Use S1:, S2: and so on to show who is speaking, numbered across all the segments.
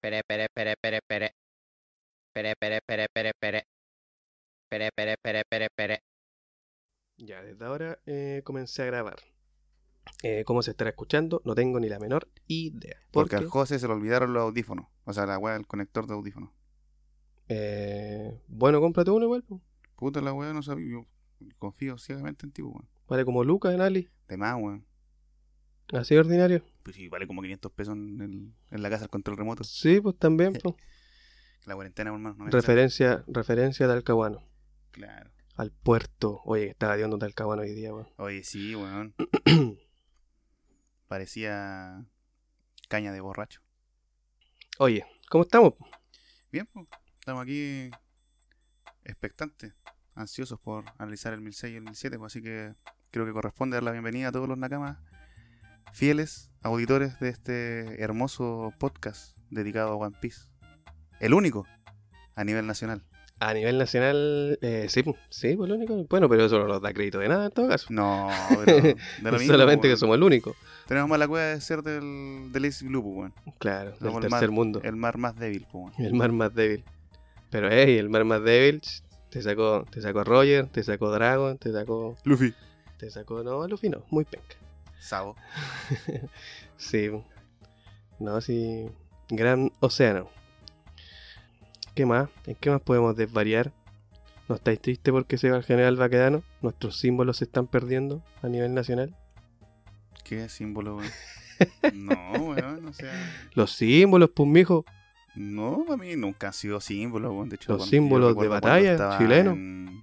S1: pere pere pere pere pere pere pere pere pere pere pere pere pere pere pere
S2: Ya, desde ahora eh, comencé a grabar. Eh, ¿Cómo se estará escuchando? No tengo ni la menor idea. Porque,
S3: Porque al José se le olvidaron los audífonos. O sea, la weá, el conector de audífonos.
S2: eh, bueno, cómprate uno igual. po.
S3: Puta la weá, no sabía. Yo confío ciegamente en ti, weón.
S2: Vale como Lucas en Ali.
S3: De más, weón.
S2: Así de ordinario.
S3: Pues si vale como 500 pesos en, el- en la casa del control remoto.
S2: Sí, pues también. po.
S3: La cuarentena, hermano. No me
S2: referencia, referencia de Alcahuano.
S3: sale. Claro.
S2: Al puerto. Oye, estaba de onda Talcahuano hoy día, weón.
S3: Oye, sí, weón. Parecía caña de borracho.
S2: Oye, ¿cómo estamos?
S3: Bien, pues, estamos aquí expectantes, ansiosos por analizar el 1006 y el 1007, pues, así que creo que corresponde dar la bienvenida a todos los Nakamas fieles auditores de este hermoso podcast dedicado a One Piece. El único a nivel nacional.
S2: A nivel nacional, eh, sí, sí, pues lo único. Bueno, pero eso no nos da crédito de nada en todo caso.
S3: No, pero de lo mismo,
S2: Solamente que
S3: weón.
S2: somos el único.
S3: Tenemos más la cueva de ser del, del Ace Blue, pues, weón.
S2: Claro, del
S3: Somos el
S2: tercer
S3: mar-
S2: mundo.
S3: El mar más débil, pues, weón.
S2: El mar más débil. Pero hey, el mar más débil ch, te sacó, te sacó Roger, te sacó Dragon, te sacó,
S3: Luffy.
S2: te sacó no, a Luffy no, muy penca.
S3: Sabo.
S2: Sí. No, sí, gran océano. ¿Qué más? ¿En qué más podemos desvariar? ¿No estáis triste porque se va el general Baquedano? ¿Nuestros símbolos se están perdiendo a nivel nacional?
S3: ¿Qué símbolo, weón? No, weón, o sea...
S2: Los símbolos, pues mijo.
S3: No, a mí nunca han sido símbolos, weón. De hecho,
S2: Los
S3: cuando- yo
S2: símbolos de
S3: recuerdo cuando
S2: batalla
S3: estaba
S2: chileno.
S3: en-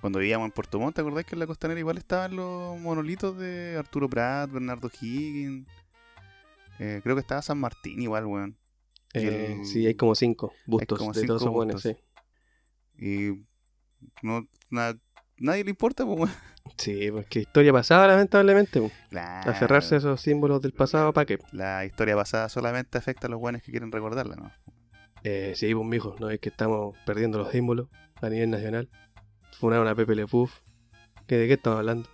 S3: Cuando vivíamos en Puerto Montt, ¿te acordás que en la costanera igual estaban los monolitos de Arturo Prat, Bernardo Higgins? Eh, creo que estaba San Martín igual, weón. Y
S2: Eh,
S3: el-
S2: sí, hay como cinco bustos
S3: como
S2: de todos
S3: cinco
S2: esos buenos, sí.
S3: bustos. Y no, na- nadie le importa, pues, weón.
S2: Sí, porque historia pasada, lamentablemente. pues. po.
S3: Claro,
S2: Aferrarse a esos símbolos del pasado, ¿para qué?
S3: La historia pasada solamente afecta a los weones que quieren recordarla, ¿no?
S2: Eh, sí, pues mijo, no es que estamos perdiendo los símbolos a nivel nacional. Funaron a Pepe Le Puff. ¿Que ¿De qué estamos hablando?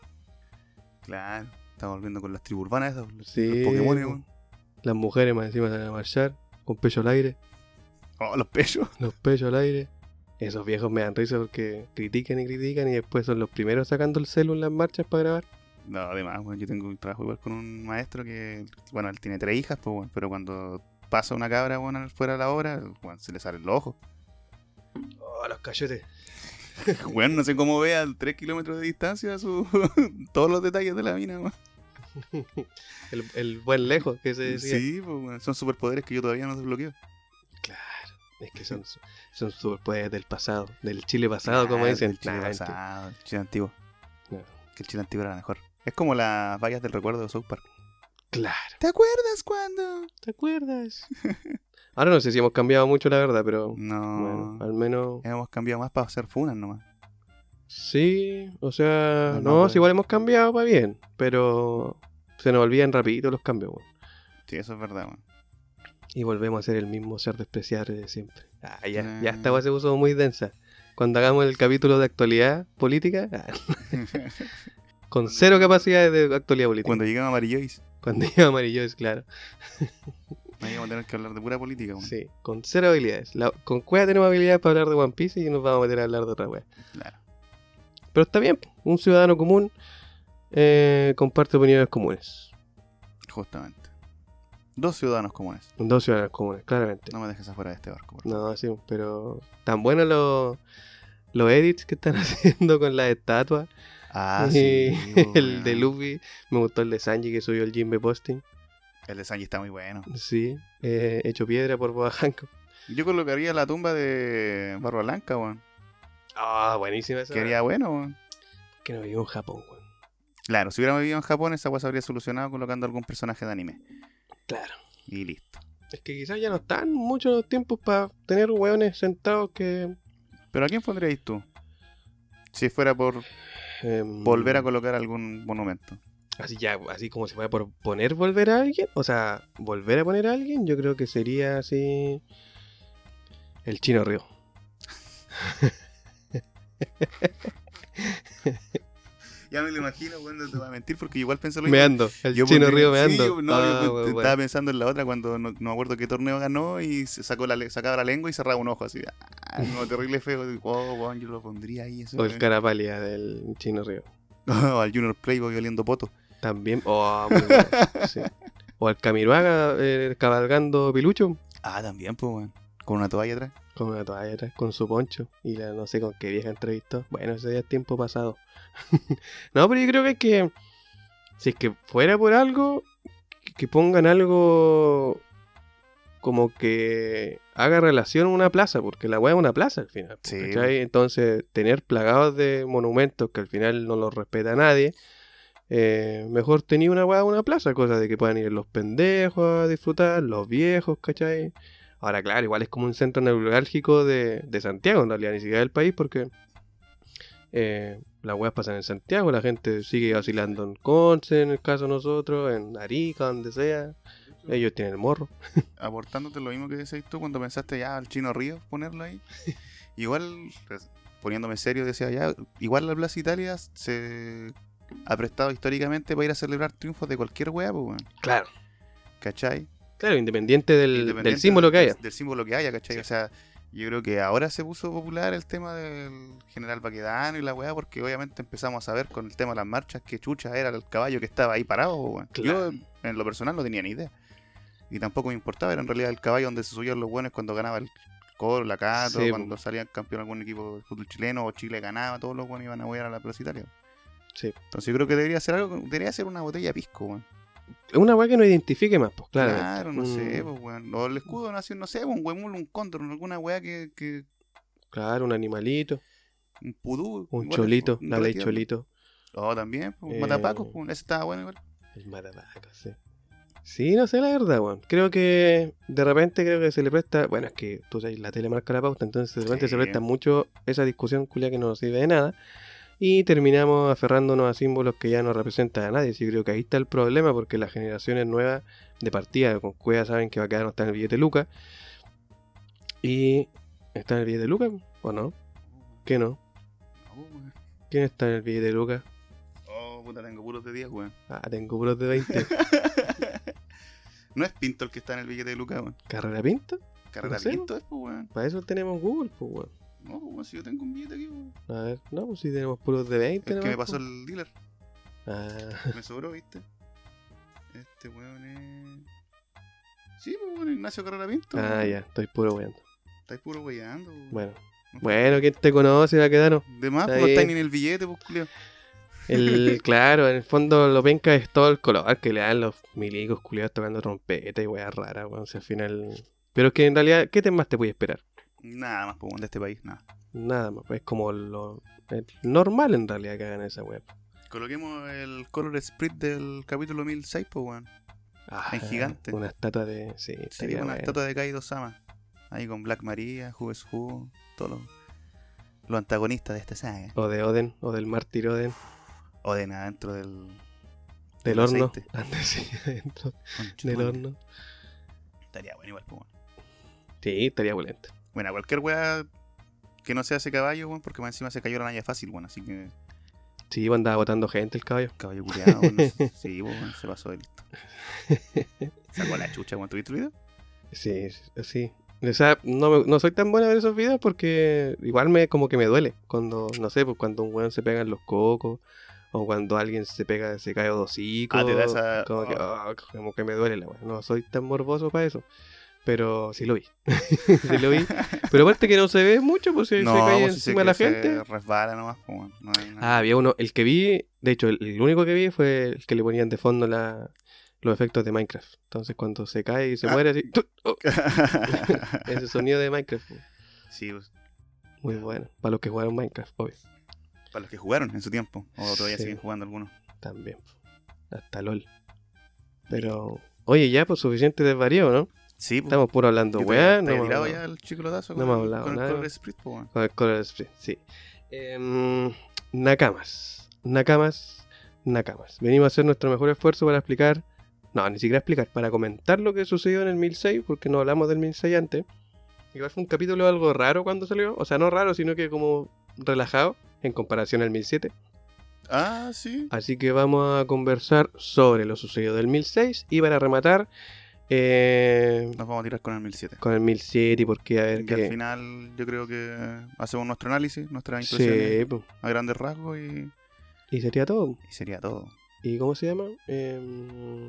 S3: Claro. Estamos volviendo con las tribus urbanas esas, los,
S2: Sí,
S3: los Pokémon,
S2: po.
S3: weón.
S2: Las mujeres más encima salen a marchar, con pecho al aire,
S3: Oh, los pechos.
S2: los pechos al aire. Esos viejos me dan risa porque critican y critican y después son los primeros sacando el celu en las marchas para grabar.
S3: No, además, bueno, yo tengo un trabajo igual con un maestro que, bueno, él tiene tres hijas, pues, bueno, pero cuando pasa una cabra, bueno, fuera de la obra, bueno, se le salen los ojos.
S2: Oh, los cachetes.
S3: Bueno, no sé cómo ve a tres kilómetros de distancia su, todos los detalles de la mina, weón.
S2: El, el buen lejos que se decía.
S3: Sí, pues, bueno, son superpoderes que yo todavía no desbloqueo.
S2: Claro, es que son, son superpoderes del pasado, del Chile pasado, como
S3: Ah,
S2: dicen.
S3: El chile
S2: Nah,
S3: pasado, el chile antiguo.
S2: No.
S3: Que el chile antiguo era mejor. Es como las vallas del recuerdo de South Park.
S2: Claro,
S3: ¿Te acuerdas cuando?
S2: ¿te acuerdas? Ahora no sé si hemos cambiado mucho, la verdad, pero
S3: No.
S2: bueno, al menos
S3: Hemos cambiado más para hacer funas nomás.
S2: sí, o sea,
S3: No,
S2: no,
S3: no, pues.
S2: si igual hemos cambiado para bien, pero se nos olvidan rapidito los cambios, weón.
S3: Sí, eso es verdad, weón.
S2: y volvemos a ser el mismo ser despreciable de siempre. Ah, ya,
S3: Nah.
S2: ya esta weá se puso muy densa. Cuando hagamos el capítulo de actualidad política, ah, con cero capacidades de actualidad política.
S3: cuando llegaba Amarillois.
S2: Cuando iba amarillo es claro.
S3: Ahí vamos a tener que hablar de pura política, weón.
S2: Sí, con cero habilidades. La- con cueva tenemos habilidades para hablar de One Piece y nos vamos a meter a hablar de otra wea.
S3: Claro.
S2: Pero está bien, un ciudadano común eh, comparte opiniones comunes.
S3: Justamente. Dos ciudadanos comunes.
S2: Dos ciudadanos comunes, claramente.
S3: No me dejes afuera de este barco. por favor.
S2: No, sí, pero tan buenos los, los edits que están haciendo con las estatuas.
S3: Ah,
S2: Y el
S3: weón.
S2: de Luffy, me gustó el de Sanji que subió el Jimbe Posting.
S3: El de Sanji está muy bueno.
S2: Sí, eh, hecho piedra por Boa Hancock.
S3: Yo colocaría la tumba de Barba Blanca, weón.
S2: Ah, buenísima esa.
S3: Quería bueno, weón.
S2: Que no vivió en Japón, weón.
S3: Claro, si hubiéramos vivido en Japón, esa weá se habría solucionado colocando algún personaje de anime.
S2: Claro.
S3: Y listo.
S2: Es que quizás ya no están muchos los tiempos para tener hueones sentados que.
S3: ¿Pero a quién pondríais tú? Si fuera por
S2: em,
S3: volver a colocar algún monumento.
S2: Así ya, así como se puede por poner volver a alguien. O sea, volver a poner a alguien, yo creo que sería así. El chino río.
S3: Ya me lo imagino, weón, no te voy a mentir porque igual pensé lo mismo.
S2: meando. El
S3: Yo
S2: chino
S3: pondría-
S2: río
S3: sí,
S2: meando.
S3: yo- no,
S2: Ah,
S3: yo
S2: weón,
S3: te-
S2: weón.
S3: estaba pensando en la otra cuando no, no me acuerdo qué torneo ganó y se sacó la, le- sacaba la lengua y cerraba un ojo así. Ah, no, terrible feo. Digo, Oh, weón, yo lo pondría ahí. Eso,
S2: O el
S3: weón.
S2: carapalia del chino río.
S3: O al Junior Playboy oliendo poto.
S2: También. Oh, muy bueno, sí. O al Camiruaga eh, cabalgando pilucho.
S3: Ah, también, pues, weón. Con una toalla atrás.
S2: Con una toalla atrás, con su poncho. Y la no sé con qué vieja entrevistó. Bueno, ese ya es tiempo pasado. no, pero yo creo que es que. Si es que fuera por algo. que- Que pongan algo. Como que haga relación a una plaza, porque la weá es una plaza al final.
S3: Sí,
S2: ¿cachai? Entonces, tener plagados de monumentos que al final no los respeta nadie, eh, mejor tenía una weá, una plaza, cosa de que puedan ir los pendejos a disfrutar, los viejos, ¿cachai? Ahora, claro, igual es como un centro neurálgico de, de Santiago, en realidad, ni siquiera del país, porque eh, las weas pasan en Santiago, la gente sigue vacilando en Conce, en el caso de nosotros, en Arica, donde sea. Ellos tienen el morro.
S3: Aportándote lo mismo que decías tú cuando pensaste ya al Chino Ríos ponerlo ahí. igual, pues, poniéndome serio, decía ya, igual la Plaza Italia se ha prestado históricamente para ir a celebrar triunfos de cualquier weá, pues, weón.
S2: Claro.
S3: ¿Cachai?
S2: Claro, independiente del,
S3: Independiente
S2: del símbolo que haya.
S3: Del, del símbolo que haya, ¿cachai? O sea, yo creo que ahora se puso popular el tema del general Baquedano y la weá, porque obviamente empezamos a saber con el tema de las marchas que chucha era el caballo que estaba ahí parado, po, weón.
S2: Claro.
S3: Yo, en lo personal, no tenía ni idea. Y tampoco me importaba, era en realidad el caballo donde se subían los buenos cuando ganaba el Coro, la Cato,
S2: Sí, pues. po.
S3: cuando salían campeón algún equipo de fútbol chileno o Chile ganaba, todos los buenos iban a huear a la Plaza Italia.
S2: Sí.
S3: Entonces yo creo que debería ser algo, debería ser una botella de pisco, weón.
S2: Es una wea que no identifique más, pues claro.
S3: Claro, no sé,
S2: Mm.
S3: pues, weón. O el escudo nació, no sé, un huemul, un cóndor, alguna weá que, que.
S2: Claro, un animalito,
S3: Un pudú.
S2: un
S3: igual,
S2: cholito,
S3: un
S2: la ley
S3: relativo.
S2: cholito.
S3: Oh, también, pues, un
S2: Eh.
S3: matapacos, pues, ese estaba bueno igual.
S2: El matapaco, sí. Sí, no sé la verdad, weón. Creo que de repente creo que se le presta. Bueno, es que tú sabes, la tele marca la pauta, entonces de repente se
S3: Sí.
S2: presta mucho esa discusión culia que no sirve de nada. Y terminamos aferrándonos a símbolos que ya no representan a nadie. Sí, creo que ahí está el problema, porque las generaciones nuevas de partida con Cueva saben que va a quedar hasta en el billete Luca. ¿Y está en el billete Luca? ¿O no? ¿Qué no?
S3: No, Oh, weón.
S2: ¿Quién está en el billete Luca?
S3: Oh, puta, tengo puros de 10, weón.
S2: Ah, tengo puros de 20.
S3: no es Pinto el que está en el billete de Lucas, weón.
S2: ¿Carrera pinta?
S3: Carrera
S2: No sé,
S3: Pinto es, pues, weón.
S2: Para eso tenemos Google, pues, weón.
S3: No, pues, weón, si yo tengo un billete aquí, weón.
S2: A ver, no, pues si tenemos puros de 20.
S3: El que
S2: nomás,
S3: me pasó
S2: pues.
S3: el dealer.
S2: Ah,
S3: Me sobró, viste. Este weón es. Sí, pues, weón, Ignacio Carrera Pinto.
S2: ah,
S3: weón.
S2: ya, estoy puro weando.
S3: Estáis puro weyando, weón.
S2: Bueno,
S3: No.
S2: bueno, ¿quién te conoce va a quedar?
S3: De más,
S2: Está
S3: pues, no
S2: bien.
S3: estáis ni en el billete, pues, culiao.
S2: El, claro, en el fondo lo penca es todo el color que le dan los milicos culiados tocando trompeta y weá rara, weón. O sea, al final. Pero es que en realidad, ¿qué temas te puede esperar?
S3: Nada más, pues, weón, de este país, nada.
S2: Nada más, pues es como lo es normal en realidad que hagan esa web.
S3: Coloquemos el color split del capítulo 1006, pues, weón.
S2: Ah,
S3: En gigante.
S2: Una estatua de. Sí,
S3: Sería
S2: estaría
S3: una
S2: buena.
S3: estatua de Kaido Sama. Ahí con Black Maria, Juves Ju, todos los los antagonistas de esta saga.
S2: O de Oden, o del mártir Oden,
S3: O de nada dentro del.
S2: del
S3: del
S2: horno.
S3: aceite.
S2: Ande, sí, dentro
S3: Concha
S2: del
S3: madre.
S2: horno.
S3: Estaría bueno igual, pues, weón.
S2: Sí, estaría volente.
S3: Bueno, cualquier weá que no sea ese caballo, weón, porque más encima se cayó la naya fácil, weón. Así que.
S2: Sí, pues andaba botando gente el caballo.
S3: Caballo culiado, weón. Sí, weón, se pasó de listo. Sacó la chucha, weón. ¿Tuviste el video?
S2: Sí, sí, sí. O sea, no, me- no soy tan buena a ver esos videos porque igual me como que me duele. Cuando, no sé, pues cuando un weón se pega en los cocos o cuando alguien se pega, se cae dos hocico.
S3: Ah, te da esa-
S2: como, que,
S3: oh.
S2: ah, como que me duele la weón. No soy tan morboso para eso. Pero sí lo vi. sí lo vi. Pero aparte que no se ve mucho, pues se, se cae
S3: pues, sí sé
S2: encima de
S3: que
S2: la
S3: se
S2: gente.
S3: resbala nomás, pues, weón. No hay nada.
S2: Ah, había uno, el que vi, de hecho, el, el único que vi fue el que le ponían de fondo la, los efectos de Minecraft. Entonces cuando se cae y se
S3: Ah.
S2: muere así, ¡tu! ¡Oh! ese sonido de Minecraft. po.
S3: sí, pues,
S2: Muy bueno, para los que jugaron Minecraft, obvio,
S3: para los que jugaron en su tiempo, o todavía
S2: Sí.
S3: siguen jugando algunos.
S2: también. po. Hasta LOL. Pero, oye, ya, pues suficiente desvarío, ¿no?
S3: Sí, pues.
S2: Estamos puro hablando,
S3: yo te-
S2: weá,
S3: te
S2: no
S3: he
S2: hemos
S3: tirado
S2: hablado-
S3: ya el chicolotazo
S2: no
S3: con,
S2: me ha
S3: el-
S2: hablado
S3: con el
S2: nada.
S3: color split, pues, weón.
S2: Con el Color Spring, sí. Em, Nakamas. Nakamas. Nakamas. Venimos a hacer nuestro mejor esfuerzo para explicar. No, ni siquiera explicar, para comentar lo que sucedió en el 1006, porque no hablamos del 1006 antes. Igual fue un capítulo algo raro cuando salió. O sea, no raro, sino que como relajado en comparación al 1007.
S3: Ah, sí.
S2: Así que vamos a conversar sobre lo sucedido del 1006 y para rematar eh,
S3: Nos vamos a tirar con el 1007.
S2: con el 1007 porque a ver
S3: Y al
S2: qué...
S3: final yo creo que hacemos nuestro análisis, nuestras impresiones
S2: Sí, po.
S3: a grandes rasgos y,
S2: y sería todo.
S3: y sería todo.
S2: ¿Y cómo se llama? Eh,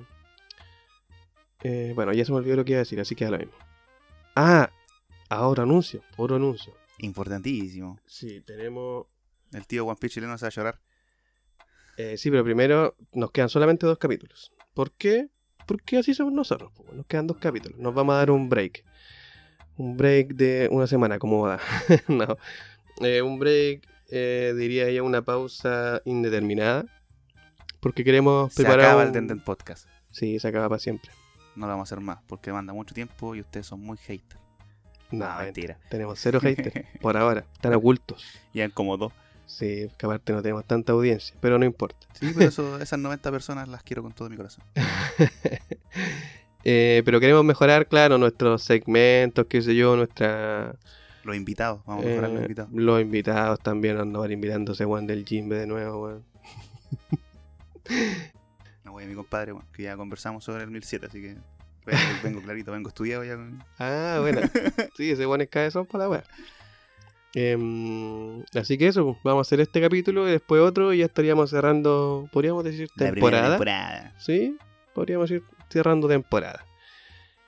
S2: eh, bueno, ya se me olvidó lo que iba a decir, así que ahora mismo. Ah, ahora anuncio, otro anuncio.
S3: Importantísimo.
S2: Sí, tenemos...
S3: El tío One Piece chileno se va a llorar.
S2: Eh, sí, pero primero nos quedan solamente dos capítulos. ¿Por qué? Porque así somos nosotros. po. Nos quedan dos capítulos. Nos vamos a dar un break. Un break de una semana, como da. no. Eh, un break, eh, diría ya una pausa indeterminada. Porque queremos
S3: Se
S2: preparar.
S3: acaba el
S2: un-
S3: Tenden Podcast.
S2: Sí, se acaba para siempre.
S3: No lo vamos a hacer más porque demanda mucho tiempo y ustedes son muy haters.
S2: No,
S3: Ah,
S2: mentira.
S3: mentira.
S2: Tenemos cero haters por ahora. Están ocultos.
S3: Ya como dos.
S2: Sí, que aparte no tenemos tanta audiencia, pero no importa.
S3: Sí, pero eso, esas 90 personas las quiero con todo mi corazón.
S2: Eh, pero queremos mejorar, claro, nuestros segmentos, qué sé yo, nuestra,
S3: Los invitados, vamos a mejorar los
S2: Eh,
S3: invitados.
S2: los invitados también andaban invitándose, Juan del Jimbe de nuevo, weón.
S3: No voy a mi compadre, bueno, que ya conversamos sobre el 1007, así que vengo, vengo clarito, vengo estudiado ya con...
S2: Ah, bueno. sí, ese Juan es cabezón para la weá. Em, así que eso, vamos a hacer este capítulo y después otro y ya estaríamos cerrando, podríamos decir,
S3: La primera
S2: temporada.
S3: temporada.
S2: Sí, podríamos ir cerrando temporada.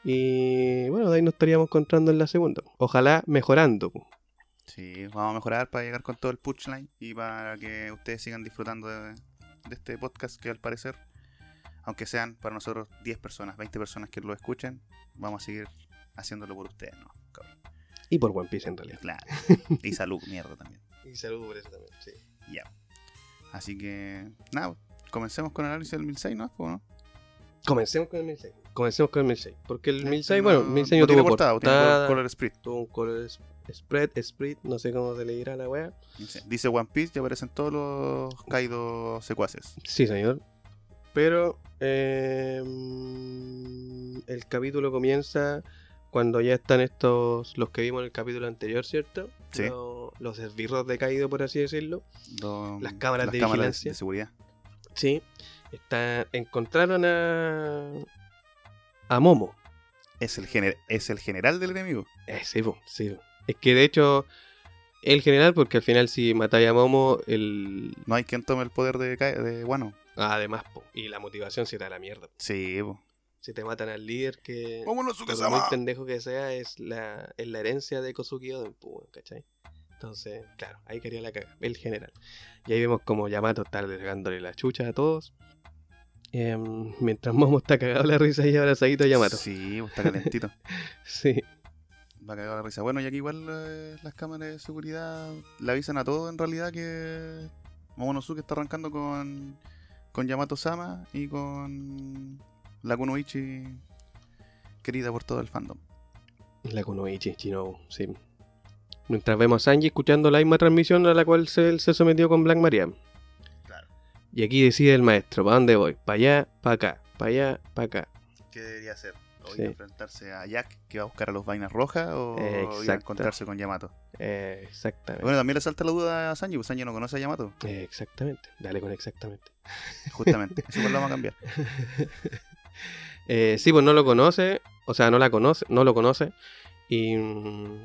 S2: Y bueno, de ahí nos estaríamos encontrando en la segunda. Ojalá mejorando. pu.
S3: Sí, vamos a mejorar para llegar con todo el punchline y para que ustedes sigan disfrutando de, de este podcast que al parecer, aunque sean para nosotros 10 personas, 20 personas que lo escuchen, vamos a seguir haciéndolo por ustedes, ¿no? Cabrón.
S2: Y por One Piece en realidad.
S3: Claro. Y salud, mierda también.
S2: Y saludos por eso también, sí.
S3: Así que, nada, comencemos con el análisis del 1006, ¿no? ¿O no?
S2: Comencemos con el 1006. Comencemos con el 1006. Porque el
S3: Este
S2: 1006,
S3: no-
S2: bueno, 1006
S3: no
S2: Eh, no
S3: tiene
S2: tuvo
S3: portada,
S2: portada,
S3: tiene color spread.
S2: tuvo un color es- spread, spread, no sé cómo se le dirá a la wea.
S3: Dice- Dice One Piece y aparecen todos los Kaido secuaces.
S2: Sí, señor. Pero eh, mm, el capítulo comienza cuando ya están estos, los que vimos en el capítulo anterior, ¿cierto?
S3: Sí.
S2: Los, los esbirros de Caído, por así decirlo.
S3: Los-
S2: Las cámaras de vigilancia.
S3: de seguridad.
S2: Sí. Está- encontraron a, a Momo.
S3: Es el, gener- es el general del enemigo.
S2: Eh, sí, po, sí, po. Es que de hecho, el general, porque al final si matáis a Momo, el...
S3: No hay quien tome el poder de, Kai- de Wano.
S2: Además, po, y la motivación se te da la mierda.
S3: Sí, po.
S2: Si te matan al líder que...
S3: Vámonos,
S2: por muy pendejo que sea, es la, es la herencia de Kosuki Oden, po, weón, ¿cachai? Entonces, claro, ahí quería la caga, el general. Y ahí vemos como Yamato está largándole la chucha a todos. Em, mientras Momo está cagado la risa y abrazadito a Yamato. Sí.
S3: Sí, po, está calentito. Va a cagar la risa. Bueno, y aquí igual eh, las cámaras de seguridad le avisan a todos en realidad que Momonosuke está arrancando con, con Yamato Sama y con la Kunoichi querida por todo el fandom.
S2: La Kunoichi, Chinobu, sí. Mientras vemos a Sanji escuchando la misma transmisión a la cual se, él se sometió con Black Maria.
S3: Claro.
S2: Y aquí decide el maestro, ¿para dónde voy? ¿Para allá? ¿Para acá? ¿Para allá? ¿Para acá?
S3: ¿Qué debería hacer? ¿O
S2: Sí.
S3: ir a enfrentarse a Jack que va a buscar a los vainas rojas o ir
S2: Exacto.
S3: a encontrarse con Yamato?
S2: Eh, exactamente.
S3: Bueno, también le salta la duda a Sanji, pues Sanji no conoce a Yamato,
S2: Eh, exactamente. Dale con exactamente.
S3: justamente. Eso igual lo vamos a cambiar.
S2: Eh, sí, pues no lo conoce, o sea, no la conoce, no lo conoce. Y mm,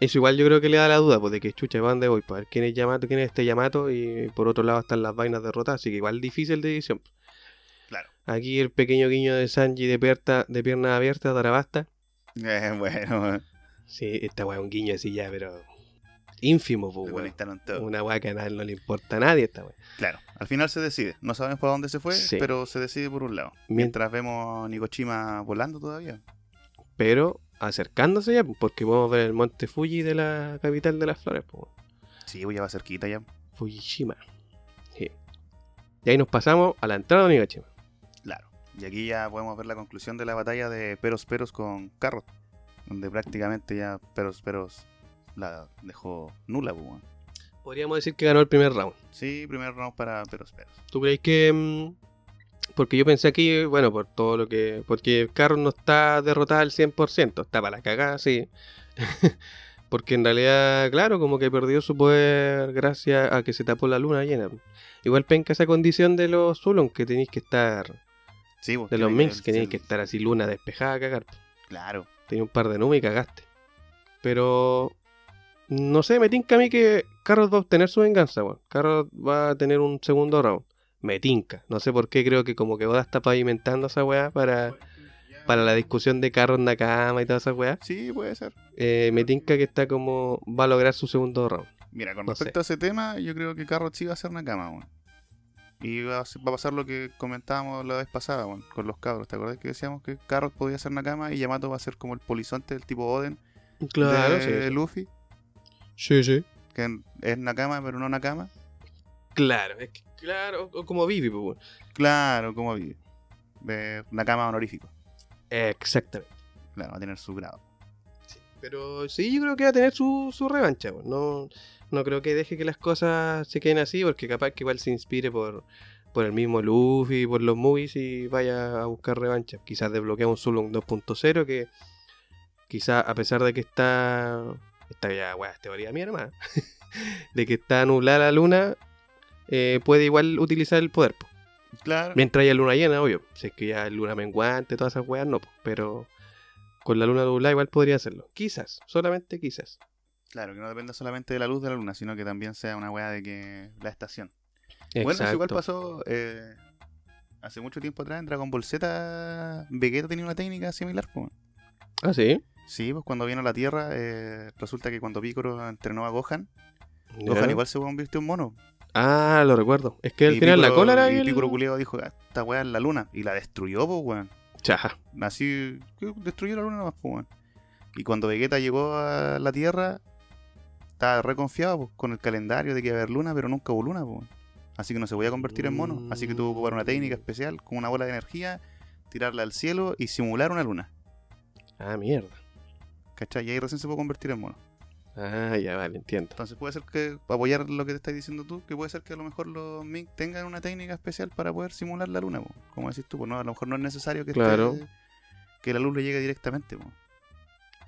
S2: eso igual yo creo que le da la duda, pues de que chucha, ¿para dónde voy? Para ver quién es Yamato, quién es este Yamato. Y por otro lado están las vainas derrotadas, así que igual difícil de edición.
S3: Claro.
S2: Aquí el pequeño guiño de Sanji de, pierna de pierna abierta, Tarabasta.
S3: Eh, bueno,
S2: Sí, esta weá es un guiño así ya, pero ínfimo, pues,
S3: lo
S2: weón.
S3: conectaron todo.
S2: Una weá que a nadie no le importa a nadie esta weá.
S3: Claro, al final se decide. No sabemos para dónde se fue,
S2: Sí.
S3: pero se decide por un lado. Mientras vemos a Nicochima volando todavía.
S2: Pero acercándose ya, pues, porque podemos ver el monte Fuji de la capital de las flores, pues. weón.
S3: Sí, pues ya va cerquita ya.
S2: Fujishima. Sí. Y ahí nos pasamos a la entrada de Onigashima.
S3: Claro. Y aquí ya podemos ver la conclusión de la batalla de Peros Peros con Carrot. Donde prácticamente ya Peros Peros la dejó nula, pues, weón.
S2: Podríamos decir que ganó el primer round.
S3: Sí, primer round para Peros Peros.
S2: ¿Tú crees que.? mm, porque yo pensé aquí, bueno, por todo lo que. Porque Carlos no está derrotada al 100%, está para la cagada, sí. Porque en realidad, claro, como que perdió su poder gracias a que se tapó la luna llena. Igual penca esa condición de los Zulon, que tenéis que estar.
S3: Sí, pues,
S2: De los
S3: tiene
S2: Minx, que tenéis que
S3: ser-
S2: estar así luna despejada a cagar.
S3: Claro.
S2: Tenía un par de nubes y cagaste. Pero. No sé, me tinca a mí que Carrot va a obtener su venganza, weón. Carrot va a tener un segundo round. Me tinca. No sé por qué, creo que como que Oda está pavimentando esa weá para, para la discusión de Carrot Nakama y toda esa weá.
S3: Sí, puede ser.
S2: Eh, me tinca que está como. Va a lograr su segundo round.
S3: Mira, con
S2: No
S3: respecto a ese tema, yo creo que Carrot sí va a ser Nakama, weón. Y va a, ser- va a pasar lo que comentábamos la vez pasada, weón, con los cabros. ¿Te acordás que decíamos que Carrot podía ser Nakama y Yamato va a ser como el polizonte del tipo Oden de
S2: sí.
S3: Luffy?
S2: Sí, sí.
S3: Que en- es Nakama, pero no Nakama.
S2: Claro, es que, claro, o- o como Vivi, pues, weón.
S3: Claro, como vive. De Nakama honorífico.
S2: Exactamente.
S3: Claro, va a tener su grado.
S2: Pero sí, yo creo que va a tener su, su revancha, weón. No, no creo que deje que las cosas se queden así, porque capaz que igual se inspire por, por el mismo Luffy, por los movies y vaya a buscar revancha. Quizás desbloquea un Zulong 2.0 que quizás a pesar de que está... Está ya, weá, teoría mía nomás. de que está nublada la luna, eh, puede igual utilizar el poder. po.
S3: Claro.
S2: Mientras haya luna llena, obvio. Si es que ya hay luna menguante, todas esas weas, no. po. Pero con la luna nublada igual podría hacerlo. Quizás, solamente quizás.
S3: Claro, que no dependa solamente de la luz de la luna, sino que también sea una weá de que la estación. Bueno, eso igual
S2: Exacto.
S3: pasó eh, hace mucho tiempo atrás en Dragon Ball Z. Vegeta tenía una técnica similar. po.
S2: Ah, sí.
S3: Sí, pues cuando vino a la Tierra, eh, resulta que cuando Piccolo entrenó a Gohan,
S2: Ya.
S3: Gohan igual se convirtió en mono.
S2: Ah, lo recuerdo. Es que al
S3: Y
S2: final la
S3: Piccolo-
S2: cola era
S3: Y
S2: el-
S3: Piccolo culiao dijo, "Ah, esta weá es la luna. Y la destruyó, pues, weón.
S2: Chaja.
S3: Así, que destruyó la luna nomás, pues, weón. Y cuando Vegeta llegó a la Tierra, estaba reconfiado pues, con el calendario de que iba a haber luna, pero nunca hubo luna, pues. Así que no se podía convertir en mono. Así que tuvo que ocupar una técnica especial con una bola de energía, tirarla al cielo y simular una luna.
S2: Ah, mierda.
S3: ¿Cachai? Y ahí recién se puede convertir en mono.
S2: Ah, ya vale, entiendo.
S3: Entonces puede ser que, para apoyar lo que te estás diciendo tú, que puede ser que a lo mejor los Mink tengan una técnica especial para poder simular la luna, po. como decís tú, po, no, a lo mejor no es necesario que, esté-
S2: Claro.
S3: que la luz le llegue directamente. pues.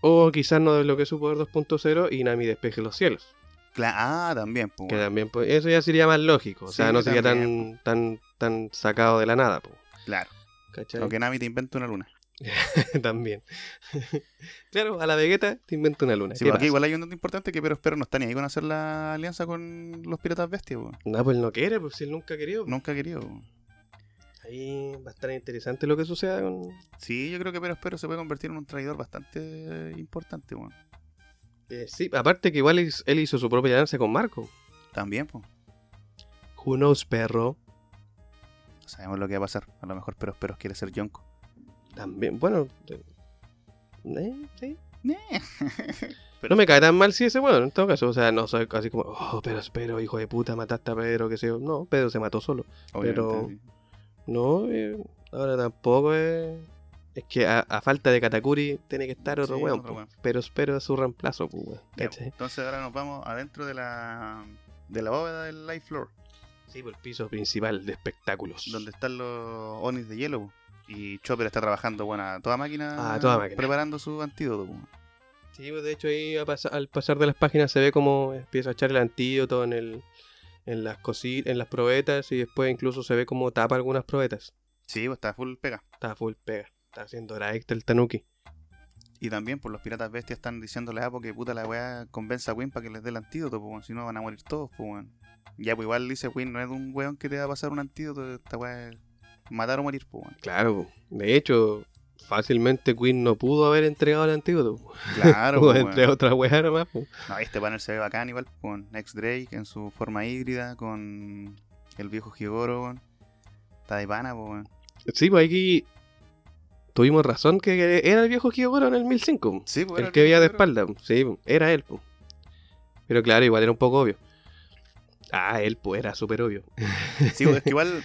S3: po.
S2: O quizás no desbloquee su poder 2.0 y Nami despeje los cielos.
S3: Cla- ah, también, po,
S2: Que
S3: bueno.
S2: también, pues, eso ya sería más lógico. O sea,
S3: Sí,
S2: no sería
S3: también,
S2: tan, tan, tan sacado de la nada, po.
S3: claro.
S2: ¿Cachai?
S3: O que Nami te inventa una luna.
S2: También. claro, a la Vegeta te inventa una luna.
S3: Sí,
S2: ¿Qué
S3: porque
S2: pasa?
S3: igual hay un dato importante que pero espero no está ni ahí con hacer la alianza con los piratas bestias, po.
S2: No, pues no quiere, pues si él nunca ha querido.
S3: nunca he querido. pues. po.
S2: Ahí va a estar interesante lo que suceda con.
S3: Sí, yo creo que pero espero se puede convertir en un traidor bastante importante, pues. po.
S2: Eh, sí, aparte que igual es- él hizo su propia danza con Marco.
S3: también, pues. po.
S2: Who knows, perro.
S3: No sabemos lo que va a pasar. A lo mejor pero espero quiere ser Yonko.
S2: También, bueno. eh, eh, sí.
S3: Pero-
S2: No me cae tan mal si ese bueno, en todo caso. O sea, no soy así como, oh, pero espero, hijo de puta, mataste a Pedro, que sé yo. No, Pedro se mató solo. Pero-
S3: sí.
S2: No, eh, ahora tampoco es. Es que a, a falta de Katakuri tiene que estar otro
S3: Sí,
S2: weón.
S3: otro
S2: po.
S3: weón.
S2: Pero espero su reemplazo, pues, weón.
S3: Ya,
S2: ¿cachai?
S3: entonces ahora nos vamos adentro de la, de la bóveda del Life Floor,
S2: Sí, por el piso principal de espectáculos.
S3: donde están los Onis de hielo. po. Y Chopper está trabajando bueno, a toda máquina,
S2: A toda máquina.
S3: preparando su antídoto. po.
S2: Sí, pues, de hecho ahí a pasa- al pasar de las páginas se ve cómo empieza a echar el antídoto en el en las cosi- en las probetas y después incluso se ve cómo tapa algunas probetas.
S3: Sí, pues, está full pega.
S2: Está full pega. Está haciendo la extra el Tanuki.
S3: Y también por los piratas bestias están diciéndole a porque puta la weá convenza a Win para que les dé el antídoto, po, weón, si no van a morir todos, po, weón. Ya, pues igual dice Win, no es un weón que te va a pasar un antídoto, esta weá es matar o morir, po, weón.
S2: Claro, de hecho, fácilmente Queen no pudo haber entregado el antídoto.
S3: Claro, po,
S2: Pudo
S3: weón.
S2: entregar otra weá nomás. po.
S3: No, este panel se ve bacán igual con Next Drake en su forma híbrida, con el viejo Gigoro, weón. Está de pana, po, weón.
S2: Sí, pues aquí tuvimos razón que era el viejo Kyogoro en el 1005.
S3: Sí, po, era
S2: El que veía de
S3: viejo Gigoro.
S2: espalda, sí, era él. po. Pero claro, igual era un poco obvio. Ah, él pues era súper obvio.
S3: Sí, po, es que igual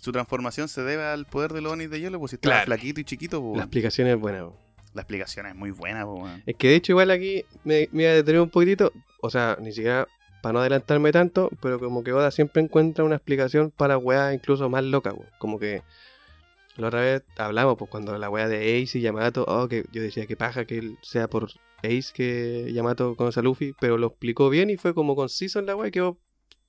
S3: su transformación se debe al poder de los Onis de hielo, pues si estaba
S2: Claro.
S3: flaquito y chiquito, po,
S2: La
S3: weón.
S2: explicación es buena. po.
S3: La explicación es muy buena, po, weón.
S2: Es que de hecho igual aquí me, me voy a detener un poquitito. O sea, ni siquiera para no adelantarme tanto, pero como que Oda siempre encuentra una explicación para weas incluso más locas. po. Como que La otra vez hablamos, pues cuando la wea de Ace y Yamato, oh, que yo decía que paja que él sea por Ace que Yamato conoce a Luffy, pero lo explicó bien y fue como conciso en la wea y quedó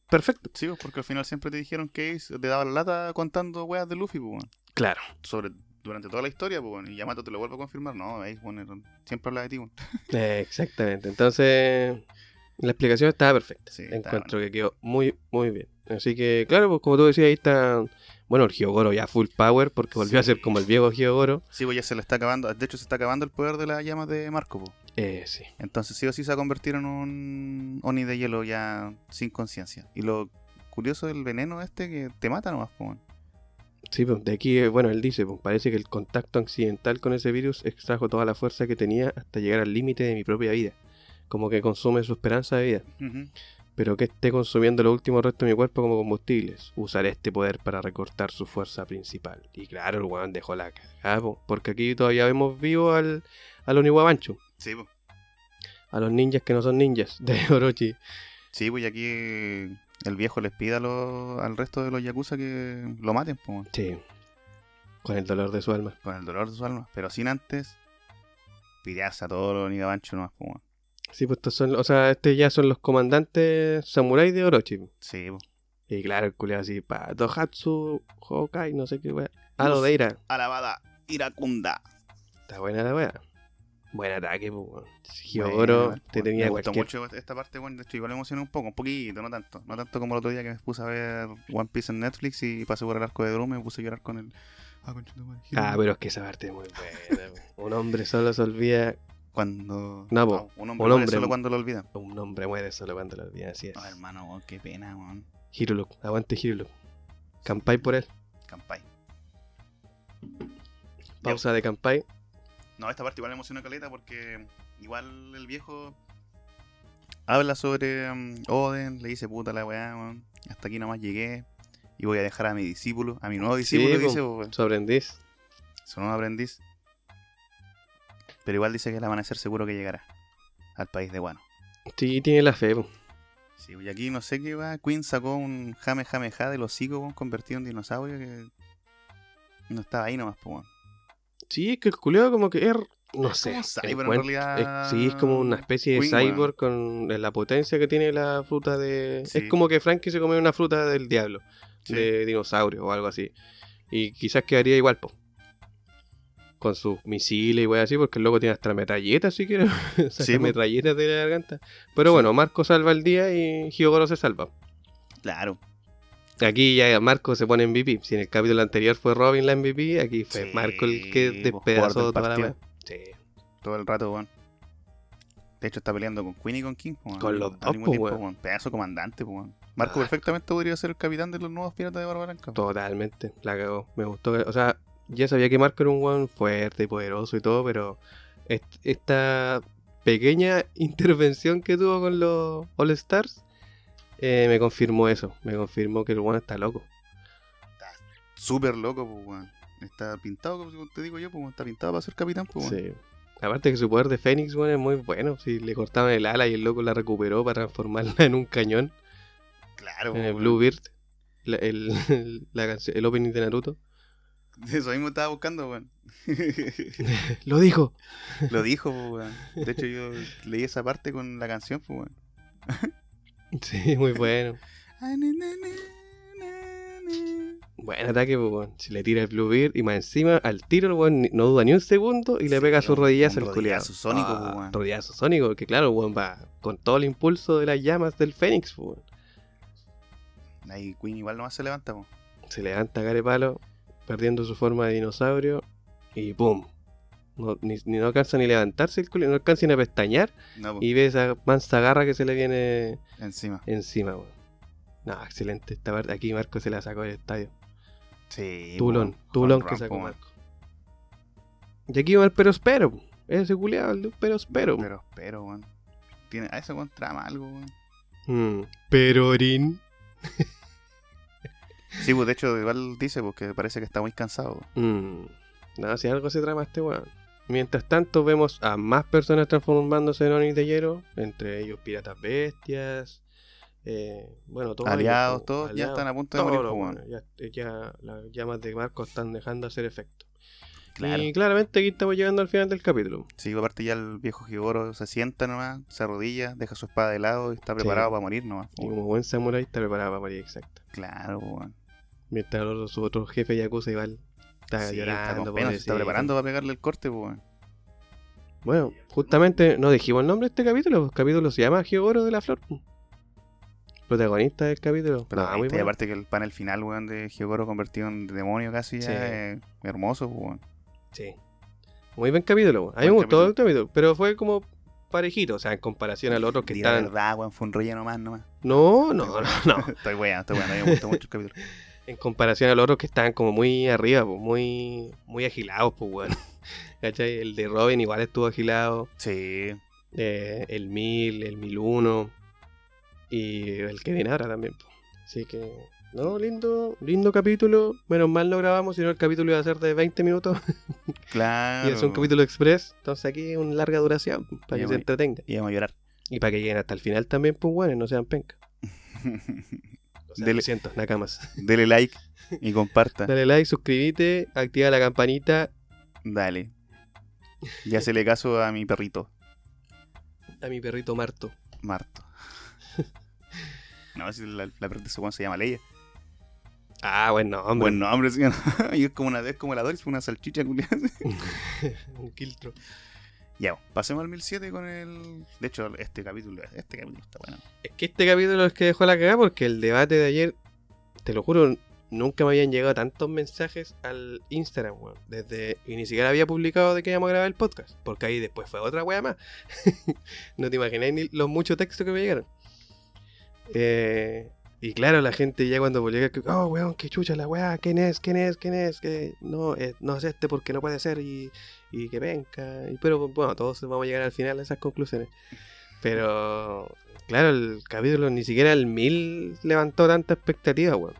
S2: perfecto.
S3: Sí, pues, porque al final siempre te dijeron que Ace te daba la lata contando weas de Luffy, pues, weón.
S2: Claro.
S3: Sobre, durante toda la historia, pues, weón. Y Yamato te lo vuelvo a confirmar. No, Ace, weón, era- siempre habla de ti, weón.
S2: Eh, exactamente. Entonces, la explicación estaba perfecta.
S3: Sí, está
S2: Encuentro que quedó muy, muy bien. Así que, claro, pues como tú decías, ahí está. Bueno, el Giogoro ya full power, porque volvió a ser como el viejo Giogoro.
S3: Sí, pues ya se le está acabando. De hecho, se está acabando el poder de las llamas de Marco, pues.
S2: Eh, sí.
S3: Entonces sí o sí se va a convertir en un Oni de hielo ya sin conciencia. Y lo curioso del veneno este que te mata nomás, pues, po, weón.
S2: Sí, pues de aquí, eh, bueno, él dice, pues parece que el contacto accidental con ese virus extrajo toda la fuerza que tenía hasta llegar al límite de mi propia vida. Como que consume su esperanza de vida.
S3: Ujú.
S2: Pero que esté consumiendo los últimos restos de mi cuerpo como combustibles. Usaré este poder para recortar su fuerza principal. Y claro, el weón dejó la cagada, po, porque aquí todavía vemos vivo al, al Oniwabanchu.
S3: Sí, pues.
S2: A los ninjas que no son ninjas de Orochi.
S3: Sí, pues y aquí eh, el viejo les pide a los- al resto de los Yakuza que lo maten, po, weón,
S2: Sí. Con el dolor de su alma.
S3: con el dolor de su alma. Pero sin antes pidearse a todos los Nigabancho nomás, po, weón.
S2: Sí, pues estos son, o sea, este ya son los comandantes samuráis de Orochi. po.
S3: Sí, pues.
S2: Y claro, el culiado así, para Tohatsu, Hokai, no sé qué wea. Ah,
S3: No
S2: lo
S3: sé.
S2: de Ira.
S3: Alabada, iracunda.
S2: Está buena la wea. Buen ataque, pues, weón. Si
S3: Bueno,
S2: Hyogoro
S3: igual,
S2: te
S3: bueno,
S2: tenía
S3: Me gustó
S2: cualquier...
S3: mucho esta parte, bueno, de hecho igual me emocioné un poco, un poquito, no tanto. No tanto como el otro día que me puse a ver One Piece en Netflix y pasé por el arco de Drum y me puse a llorar con el... Ah, conchetumare,
S2: Ah,
S3: Hiro.
S2: pero es que esa parte es muy buena. weón. un hombre solo se olvida,
S3: Cuando...
S2: No, po,
S3: un hombre,
S2: un
S3: muere
S2: hombre.
S3: solo cuando lo olvida.
S2: un hombre muere solo cuando lo olvida, así es.
S3: No, hermano, weón, qué pena, weón.
S2: Hiruluk, aguante Hiruluk. Campai por él.
S3: Campai.
S2: Pausa de Campai.
S3: No, esta parte igual me emocionó caleta porque igual el viejo habla sobre mm, Oden, le dice puta la weá, weón. Hasta aquí nomás llegué y voy a dejar a mi discípulo, a mi nuevo discípulo,
S2: po.
S3: dice, po, weón.
S2: Su aprendiz.
S3: Son un aprendiz. Pero igual dice que el amanecer seguro que llegará al país de Guano.
S2: Sí, tiene la fe, po.
S3: Sí, y aquí no sé qué va. Queen sacó un jame jame ja del hocico, weón, convertido en dinosaurio que no estaba ahí nomás, po, weón.
S2: Sí, es que el culiado como que es... No sé.
S3: como cyborg en
S2: encuentro-
S3: realidad.
S2: es- sí, es como una especie de
S3: Queen, weón.
S2: cyborg con eh, la potencia que tiene la fruta de...
S3: Sí.
S2: Es como que Frankie se come una fruta del diablo,
S3: Sí.
S2: de dinosaurio o algo así. Y quizás quedaría igual, po. Con sus misiles y weas así, porque el loco tiene hasta metralletas, si quieres. Saca
S3: Sí, po.
S2: metralletas de la garganta. Pero bueno, Marco salva el día y Hyogoro se salva.
S3: Claro.
S2: Aquí ya Marco se pone MVP. Si en el capítulo anterior fue Robin la MVP, aquí fue
S3: Sí,
S2: Marco el que
S3: pues, jugador
S2: despedazó
S3: del
S2: toda la wea.
S3: partido.
S2: Sí.
S3: Todo el rato, weón. De hecho, está peleando con Queen y con King, po, weón.
S2: Con los
S3: Al
S2: dos,
S3: mismo
S2: po,
S3: tiempo,
S2: weón.
S3: Pedazo comandante, po, weón. Marco
S2: Ah.
S3: perfectamente podría ser el capitán de los nuevos piratas de Barba Blanca. po.
S2: Totalmente, la cagó. Me gustó. que- O sea, ya sabía que Marco era un weón fuerte y poderoso y todo, pero est- esta pequeña intervención que tuvo con los All Stars eh, me confirmó eso. Me confirmó que el weón está loco.
S3: súper loco, pues, weón. Está pintado, como te digo yo, pues, weón, está pintado para ser capitán, pues, weón.
S2: Sí. Aparte que su poder de Fénix, weón, es muy bueno. Si le cortaban el ala y el loco la recuperó para transformarla en un cañón,
S3: Claro,
S2: en
S3: pues,
S2: el
S3: weón.
S2: Bluebeard, la- el, la canción- el opening de Naruto.
S3: Eso mismo estaba buscando, weón.
S2: Lo dijo.
S3: Lo dijo, pues, weón. De hecho, yo leí esa parte con la canción, pues, weón.
S2: Sí, muy bueno.
S3: Ah, na, na, na, na, na.
S2: Buen ataque, pues, weón. Si le tira el Bluebeard y más encima al tiro, el weón ni- no duda ni un segundo y le
S3: Sí,
S2: pega su
S3: un-
S2: rodillazo
S3: un
S2: al culiado.
S3: rodillazo sónico, pues, weón.
S2: Rodillazo sónico, que claro, el weón va con todo el impulso de las llamas del Fénix, pues, weón.
S3: Ahí Queen igual nomás se levanta, pues.
S2: Se levanta a palo, perdiendo su forma de dinosaurio y ¡pum! No, ni, ni- no alcanza ni levantarse el culiado, no alcanza ni a pestañear
S3: No, pues,
S2: y ve esa mansa garra que se le viene
S3: encima.
S2: encima, weón. No, excelente esta parte. Aquí Marco se la sacó del estadio.
S3: Sí.
S2: Tulón,
S3: pues,
S2: Tulón
S3: home
S2: que
S3: run,
S2: sacó
S3: pues, weón.
S2: Marco. Y aquí va el pero espero. po. Ese culiado, el de un pero espero.
S3: Pero, pero, weón. Tiene, a esa weón trama algo, weón.
S2: Mm. Perorín.
S3: Sí, pues, de hecho, igual dice, porque parece que está muy cansado. weón.
S2: Mm. No, si algo se trama este weón. Mientras tanto, vemos a más personas transformándose en Onis de Hielo. Entre ellos, piratas bestias. eh, bueno, todos
S3: aliados,
S2: ellos,
S3: todos ya
S2: aliados,
S3: están a punto de
S2: todos
S3: morir.
S2: los
S3: pues, weón.
S2: buenos. ya, ya las llamas de Marco están dejando de hacer efecto.
S3: Claro.
S2: Y claramente aquí estamos llegando al final del capítulo.
S3: Sí, aparte ya el viejo Gigoro se sienta nomás, se arrodilla, deja su espada de lado y está preparado para morir nomás.
S2: Y como buen samurái está preparado para morir exacta.
S3: Claro, pues, weón.
S2: Mientras el otro- su otro jefe Yakuza Iván está
S3: Sí, está,
S2: llorando.
S3: con pena, se está
S2: pobrecito.
S3: preparando para pegarle el corte, pues, weón.
S2: Bueno, justamente no dijimos el nombre de este capítulo. El capítulo se llama Geogoro de la Flor. pues. Protagonista del capítulo.
S3: Pero
S2: No,
S3: ahí
S2: Ah, muy
S3: está, y
S2: bueno.
S3: aparte que el panel final, weón, de Hyogoro convertido en demonio casi ya,
S2: Sí.
S3: eh, hermoso, pues, weón.
S2: Sí. Muy buen capítulo. pues. A mí me
S3: Buen
S2: gustó el capítulo, pero fue como parejito, o sea, en comparación a los otros que
S3: Di la
S2: estaban.
S3: verdad, weón, fue un rollo nomás, nomás.
S2: No, no, no, no.
S3: estoy weón, estoy weón, a mí me gustó mucho el capítulo.
S2: En comparación a los otros que estaban como muy arriba, pues, muy, muy agilados, pues, bueno. ¿Cachai? El de Robin igual estuvo agilado.
S3: Sí,
S2: eh, el 1000, el 1001. Y el que viene ahora también, pues. Así que, no, lindo, lindo capítulo. Menos mal no grabamos, sino el capítulo iba a ser de 20 minutos.
S3: claro.
S2: Y es un
S3: weón.
S2: capítulo express. Entonces aquí es una larga duración, pues, para que
S3: Ya
S2: se
S3: voy.
S2: entretenga.
S3: Y vamos a llorar.
S2: Y para que lleguen hasta el final también, pues bueno, y no sean penca. O sea,
S3: Dele-
S2: lo siento, nakamas.
S3: Dele like y comparta.
S2: Dale like, suscríbete, activa la campanita.
S3: Dale. Ya se le caso a mi perrito,
S2: A mi perrito Marto.
S3: Marto. No, si la, la perrita su weón se llama Leia.
S2: Ah, bueno, hombre.
S3: Buen nombre, sí. Y es como una es como la Doris, una salchicha culiada.
S2: Un quiltro.
S3: Ya, pasemos al 1007 con el. De hecho, este capítulo, este capítulo está bueno.
S2: Es que este capítulo es que dejó la cagada porque el debate de ayer, te lo juro, nunca me habían llegado tantos mensajes al Instagram, weón. Desde. Y ni siquiera había publicado de que íbamos a grabar el podcast. Porque ahí después fue otra wea más. no te imagináis ni los muchos textos que me llegaron. Eh, y claro, la gente ya cuando llega, que, oh weón, qué chucha la weá, quién es, quién es, quién es, que no, eh, no es este porque no puede ser y, y que venga. Y, pero bueno, todos vamos a llegar al final a esas conclusiones. Pero claro, el capítulo ni siquiera el 1000 levantó tanta expectativa, weón.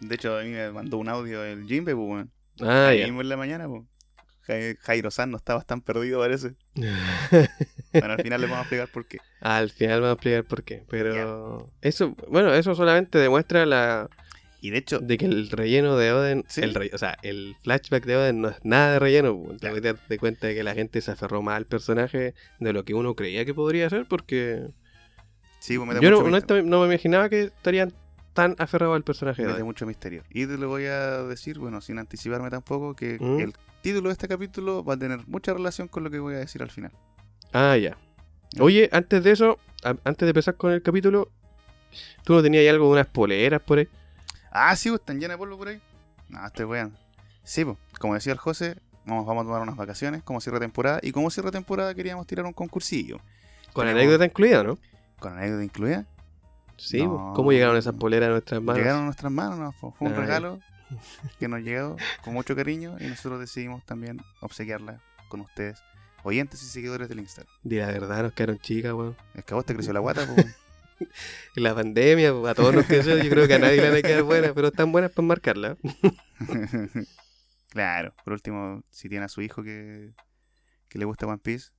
S3: De hecho, a mí me mandó un audio el Jimbe, pues, weón.
S2: Ah,
S3: Ahí mismo en la mañana, pues. Jai- Jairo San no estabas tan perdido, parece. Bueno, al final les vamos a explicar por qué.
S2: Al final vamos a explicar por qué. Pero eso, bueno, eso solamente demuestra la,
S3: Y de hecho,
S2: De que el relleno de Oden,
S3: Sí.
S2: el re- o sea, el flashback de Oden no es nada de relleno. po. Te
S3: Claro.
S2: voy a dar cuenta de que la gente se aferró más al personaje de lo que uno creía que podría ser, porque
S3: sí, pues, mete
S2: yo no,
S3: mucho misterio.
S2: honestamente, no me imaginaba que estarían tan aferrados al personaje de
S3: Mete
S2: Oden.
S3: mucho misterio. Y te lo voy a decir, bueno, sin anticiparme tampoco, que
S2: ¿Mm?
S3: el título de este capítulo va a tener mucha relación con lo que voy a decir al final.
S2: Ah, ya. Oye, antes de eso, a- antes de empezar con el capítulo, tú no tenías ahí algo de unas poleras por ahí.
S3: Ah, sí, pues, están llenas de polvo por ahí. No, estoy weón. Sí, pues, como decía el José, vamos, vamos a tomar unas vacaciones como cierre de temporada. Y como cierre de temporada queríamos tirar un concursillo.
S2: Con
S3: Tenemos-
S2: anécdota incluida, ¿no?
S3: Con anécdota incluida.
S2: Sí, po.
S3: No.
S2: ¿cómo llegaron esas poleras a nuestras manos?
S3: Llegaron a nuestras manos, ¿no? fue fue un
S2: Ah, ya.
S3: regalo que nos llegó con mucho cariño. Y nosotros decidimos también obsequiarla con ustedes, oyentes y seguidores del Instagram.
S2: Di la verdad, nos quedaron chicas, weón.
S3: Es que a vos te creció la guata, pues. weón.
S2: En la pandemia, a todos nos creció, yo creo que a nadie le van a quedar buenas, pero están buenas para marcarla.
S3: claro, por último, si tiene a su hijo que, que le gusta One Piece,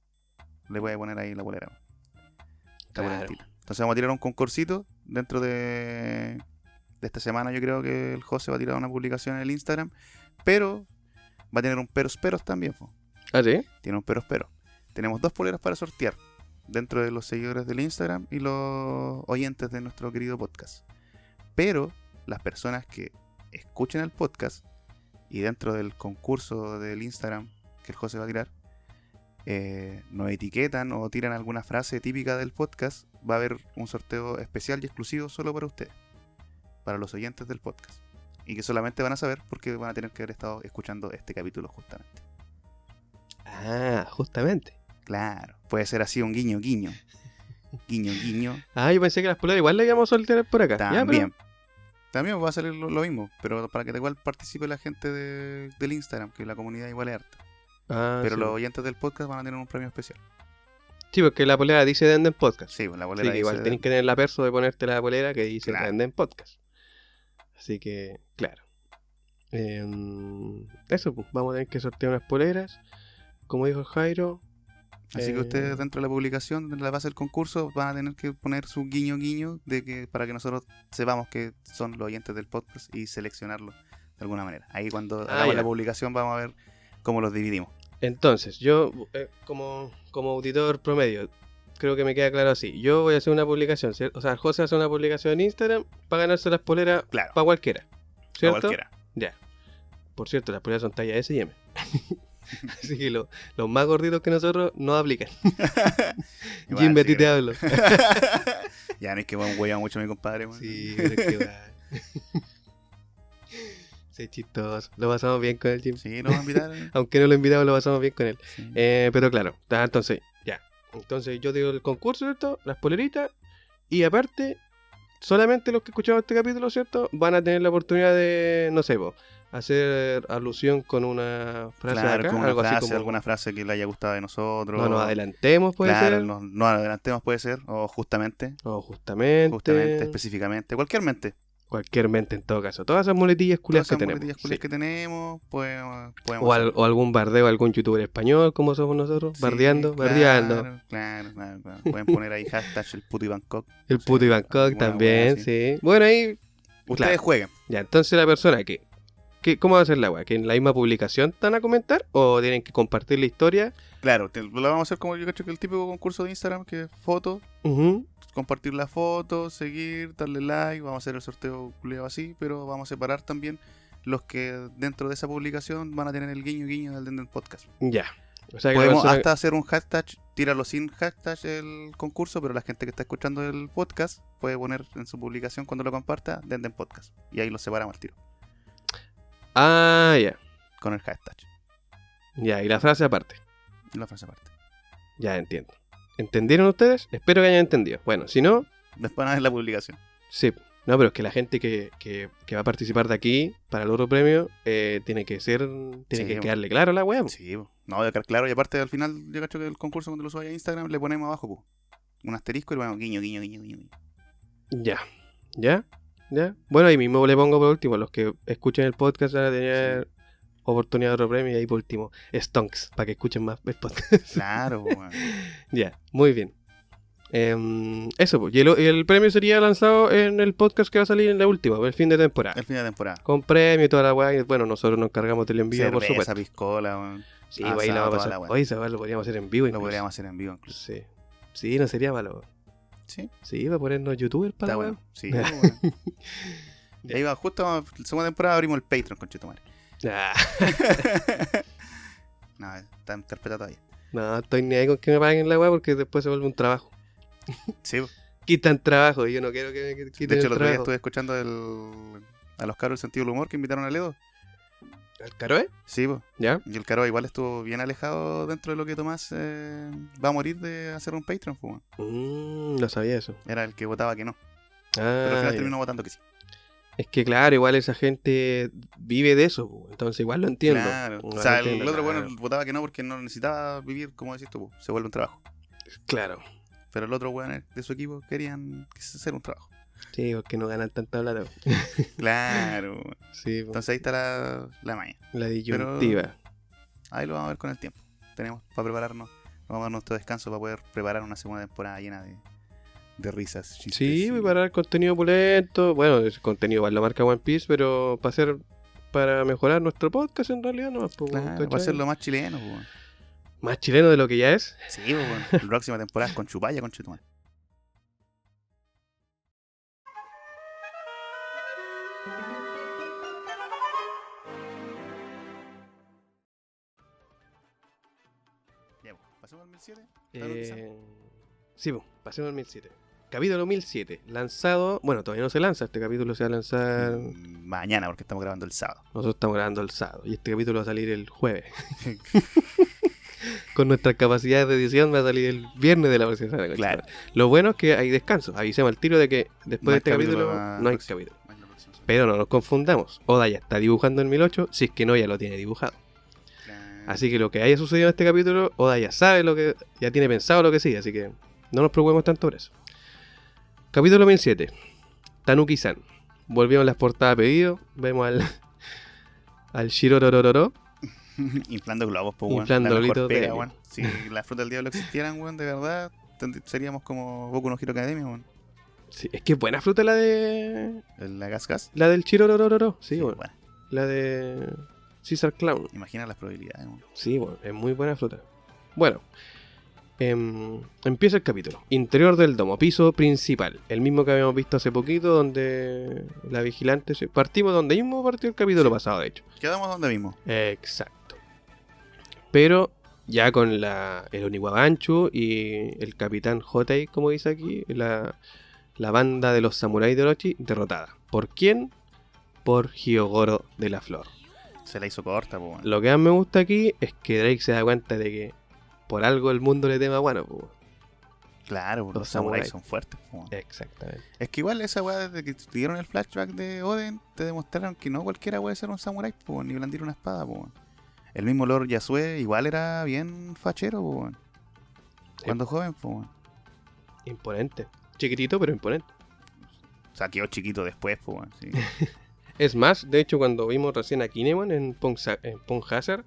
S3: le voy a poner ahí la bolera. La
S2: Claro.
S3: bolerantita. Entonces vamos a tirar un concursito dentro de, de esta semana. Yo creo que el José va a tirar una publicación en el Instagram, pero va a tener un peros peros también. po.
S2: ¿Ah, sí?
S3: Tiene un peros pero. Tenemos dos poleras para sortear dentro de los seguidores del Instagram y los oyentes de nuestro querido podcast. Pero las personas que escuchen el podcast y dentro del concurso del Instagram que el José va a tirar, eh, nos etiquetan o tiran alguna frase típica del podcast, va a haber un sorteo especial y exclusivo solo para ustedes, para los oyentes del podcast. Y que solamente van a saber porque van a tener que haber estado escuchando este capítulo justamente.
S2: Ah, justamente.
S3: Claro, puede ser así un guiño, guiño. Guiño, guiño.
S2: Ah, yo pensé que las poleras igual las íbamos a soltar por acá. Ya, pero-
S3: También. También va a salir lo, lo mismo, pero para que igual participe la gente de- del Instagram, que la comunidad igual es harta.
S2: Ah,
S3: pero
S2: sí.
S3: los oyentes del podcast van a tener un premio especial.
S2: Sí, porque la polera dice Denden Podcast.
S3: Sí, pues la
S2: Así
S3: bolera
S2: que
S3: dice-
S2: igual tenés que tener la perso de ponerte la polera que dice
S3: Claro.
S2: Denden Podcast. Así que, claro. Em, eso, pues, vamos a tener que sortear unas poleras. Como dijo Jairo,
S3: Así que
S2: Eh.
S3: ustedes dentro de la publicación, de la base del concurso, van a tener que poner su guiño guiño de que para que nosotros sepamos que son los oyentes del podcast y seleccionarlo de alguna manera. Ahí cuando
S2: Ah,
S3: hagamos
S2: ya.
S3: la publicación vamos a ver cómo los dividimos.
S2: Entonces, yo eh, como, como auditor promedio, creo que me queda claro así. Yo voy a hacer una publicación, ¿cierto? O sea, José hace una publicación en Instagram para ganarse las poleras
S3: Claro,
S2: para cualquiera.
S3: a
S2: ¿Cierto?
S3: cualquiera.
S2: Ya. Por cierto, las poleras son talla S y M. Así que lo- los más gorditos que nosotros no aplican.
S3: Igual,
S2: Jim,
S3: sí,
S2: a ti te
S3: ¿verdad?
S2: hablo.
S3: ya no es que weón hueva mucho mi compadre, weón.
S2: Sí, pero es que va. Sí, chistoso. Lo pasamos bien con el Jim.
S3: Sí, nos van a invitar.
S2: Aunque no lo invitamos, lo pasamos bien con él.
S3: sí.
S2: Eh, pero claro, ta- entonces, ya. Entonces yo digo el concurso, ¿cierto? Las poleritas. Y aparte, solamente los que escucharon este capítulo, ¿cierto? Van a tener la oportunidad de, no sé, po, hacer alusión con una frase de
S3: claro,
S2: acá,
S3: con una
S2: algo
S3: frase,
S2: así como...
S3: alguna frase que le haya gustado de nosotros.
S2: No nos adelantemos, puede
S3: claro,
S2: ser.
S3: no no adelantemos, puede ser. O justamente,
S2: O justamente,
S3: justamente, específicamente, cualquier mente.
S2: Cualquier mente en todo caso. Todas esas muletillas
S3: Todas
S2: culias
S3: esas
S2: que tenemos.
S3: muletillas
S2: sí.
S3: culias que tenemos, podemos. podemos
S2: O, al-
S3: hacerlo.
S2: o algún bardeo, algún youtuber español, como somos nosotros.
S3: Sí,
S2: bardeando,
S3: claro,
S2: bardeando.
S3: Claro, claro, claro. Pueden poner ahí hashtag el puto y Bangkok.
S2: El puto
S3: sí,
S2: y Bangkok
S3: alguna
S2: también,
S3: wea,
S2: sí. Bueno, ahí
S3: Ustedes
S2: Claro.
S3: jueguen.
S2: Ya, entonces la persona que, que ¿cómo va a ser la weá? ¿Que en la misma publicación están a comentar? ¿O tienen que compartir la historia?
S3: Claro, te- lo vamos a hacer como yo cacho que el típico concurso de Instagram, que es foto,
S2: Ujú.
S3: compartir la foto, seguir, darle like, vamos a hacer el sorteo culiao así, pero vamos a separar también los que dentro de esa publicación van a tener el guiño guiño del Denden Podcast.
S2: Ya. O sea que la
S3: Podemos
S2: persona-
S3: hasta hacer un hashtag, tirarlo sin hashtag el concurso, pero la gente que está escuchando el podcast puede poner en su publicación cuando lo comparta, Denden Podcast. Y ahí lo separamos al tiro,
S2: Ah, ya.
S3: con el hashtag.
S2: Ya, y la frase aparte.
S3: La frase aparte.
S2: Ya entiendo. ¿Entendieron ustedes? Espero que hayan entendido. Bueno, si no,
S3: Después van a ver la publicación.
S2: sí. No, pero es que la gente que, que- que va a participar de aquí para el otro premio eh, tiene que ser. Tiene
S3: Sí,
S2: que
S3: bo.
S2: quedarle claro la weá. bo.
S3: Sí, po. no, de- claro, y aparte al final, yo cacho que el concurso cuando lo subáis a Instagram le ponemos abajo, po, un asterisco y le ponemos guiño, guiño, guiño, guiño.
S2: Ya. ¿Ya? ¿Ya? Bueno, ahí mismo le pongo por último, los que escuchen el podcast van a tener oportunidad de otro premio y ahí por último, Stonks, para que escuchen más el podcast.
S3: Claro, po, weón.
S2: ya, muy bien. Em, eso, pues, y el, y el premio sería lanzado en el podcast que va a salir en la última, pues, el fin de temporada.
S3: el fin de temporada.
S2: Con premio y toda la weá, y bueno, nosotros nos encargamos del envío, por
S3: Cerveza,
S2: supuesto.
S3: piscola, weón.
S2: Sí, pues, ahí la
S3: asado,
S2: va a
S3: toda
S2: pasar.
S3: la weá.
S2: Hoy esa weá lo podríamos hacer en vivo
S3: Lo
S2: incluso.
S3: podríamos hacer en vivo incluso.
S2: Sí. Sí, no sería malo.
S3: Sí,
S2: Sí, para ponernos youtubers para
S3: está
S2: la weá.
S3: bueno. Sí, po, weón. Y ahí va, justo a la segunda temporada abrimos el Patreon, conchetumare.
S2: Ah.
S3: no, está interpretado ahí.
S2: No, estoy ni ahí con que me paguen la weá porque después se vuelve un trabajo.
S3: Sí, po.
S2: Quitan trabajo y yo no quiero que me quiten
S3: de
S2: el
S3: hecho, el otro día
S2: trabajo.
S3: estuve escuchando el- a los caros del sentido del humor que invitaron a Ledo.
S2: ¿Al Caroe?
S3: Sí, po.
S2: ¿Ya?
S3: Y el caro igual estuvo bien alejado dentro de lo que Tomás eh, va a morir de hacer un Patreon, pues,
S2: Mm,
S3: weón.
S2: no sabía eso.
S3: Era el que votaba que no. Pero al
S2: Ah,
S3: final
S2: ya.
S3: terminó votando que sí.
S2: Es que claro, igual esa gente vive de eso, po, entonces igual lo entiendo.
S3: Claro.
S2: Igual
S3: o sea,
S2: lo
S3: el,
S2: entiendo,
S3: otro
S2: claro.
S3: bueno votaba que no porque no necesitaba vivir, como decís tú, pues, se vuelve un trabajo.
S2: Claro,
S3: Pero el otro weón de su equipo querían que se- hacer un trabajo.
S2: sí, porque no ganan tanta plata. po.
S3: Claro. weón.
S2: Sí, po,
S3: Entonces ahí está la, la maña.
S2: la disyuntiva.
S3: Ahí lo vamos a ver con el tiempo. Tenemos para prepararnos, vamos a dar nuestro descanso para poder preparar una segunda temporada llena de, de risas. chistes
S2: Sí,
S3: y-
S2: y para el contenido opulento, bueno, el contenido para la marca One Piece, pero para hacer, para mejorar nuestro podcast en realidad no
S3: Claro, para hacerlo más chileno, pues, weón.
S2: más chileno de lo que ya es.
S3: Sí, pues, weón. la próxima temporada es con Chupalla, con Chetumal. Ya, pues, pasemos al 1007. Claro que sí.
S2: Eh, sí, pues, pasemos al 1007. Capítulo 1007, lanzado. Bueno, todavía no se lanza, este capítulo se va a lanzar.
S3: Mm, Mañana, porque estamos grabando el sábado.
S2: Nosotros estamos grabando el sábado y este capítulo va a salir el jueves. Con nuestras capacidades de edición va a salir el viernes de la próxima semana.
S3: Claro.
S2: Lo bueno es que hay descanso. Avisemos al tiro de que después
S3: No
S2: de
S3: hay
S2: este
S3: capítulo
S2: capítulo
S3: para la
S2: no hay
S3: próxima.
S2: capítulo.
S3: Mañana la próxima semana.
S2: Pero no nos confundamos. Oda ya está dibujando el 1008, si es que no ya lo tiene dibujado.
S3: Claro.
S2: Así que lo que haya sucedido en este capítulo, Oda ya sabe lo que. ya tiene pensado lo que sigue, así que no nos preocupemos tanto por eso. Capítulo 1007. Tanuki-san. Volvieron las portadas a pedido. Vemos al. al Shirororororo.
S3: Inflando globos, pues, weón.
S2: Inflando eh,
S3: La mejor
S2: globitos de
S3: pega,
S2: helio.
S3: weón. Si las frutas del diablo existieran, weón, de verdad, tend- seríamos como Boku no Hero Academia, weón.
S2: Sí, es que es buena fruta la de.
S3: La gas gas.
S2: La del Chirororororo. Sí,
S3: Sí,
S2: bueno.
S3: bueno,
S2: La de. Caesar Clown.
S3: imagina las probabilidades, weón.
S2: Sí, bueno, es muy buena fruta. Bueno, em, empieza el capítulo. Interior del domo, piso principal. El mismo que habíamos visto hace poquito, donde la vigilante se. Partimos donde mismo partió el capítulo pasado, de hecho.
S3: Quedamos donde mismo.
S2: Exacto. Pero ya con la, el Oniwabanchu y el capitán Hotei, como dice aquí, la, la banda de los samuráis de Orochi derrotada. ¿Por quién? Por Hyogoro de la Flor.
S3: Se la hizo corta, pues, weón.
S2: Lo que más me gusta aquí es que Drake se da cuenta de que por algo el mundo le tema bueno. pues, weón.
S3: Claro, pues,
S2: Los
S3: los
S2: samuráis.
S3: samuráis
S2: Eh.
S3: son fuertes, pues, weón.
S2: Exactamente.
S3: Es que igual esa weá, desde que te dieron el flashback de Oden, te demostraron que no cualquiera puede ser un samurái, po, weón, ni blandir una espada, po, weón. El mismo Lord Yasue igual era bien fachero, po, weón. Cuando joven, po, weón.
S2: Imponente. Chiquitito, pero imponente.
S3: O sea, quedó chiquito después, po, weón, sí.
S2: Es más, de hecho, cuando vimos recién a Kinemon en Pong, en Pong Hazard,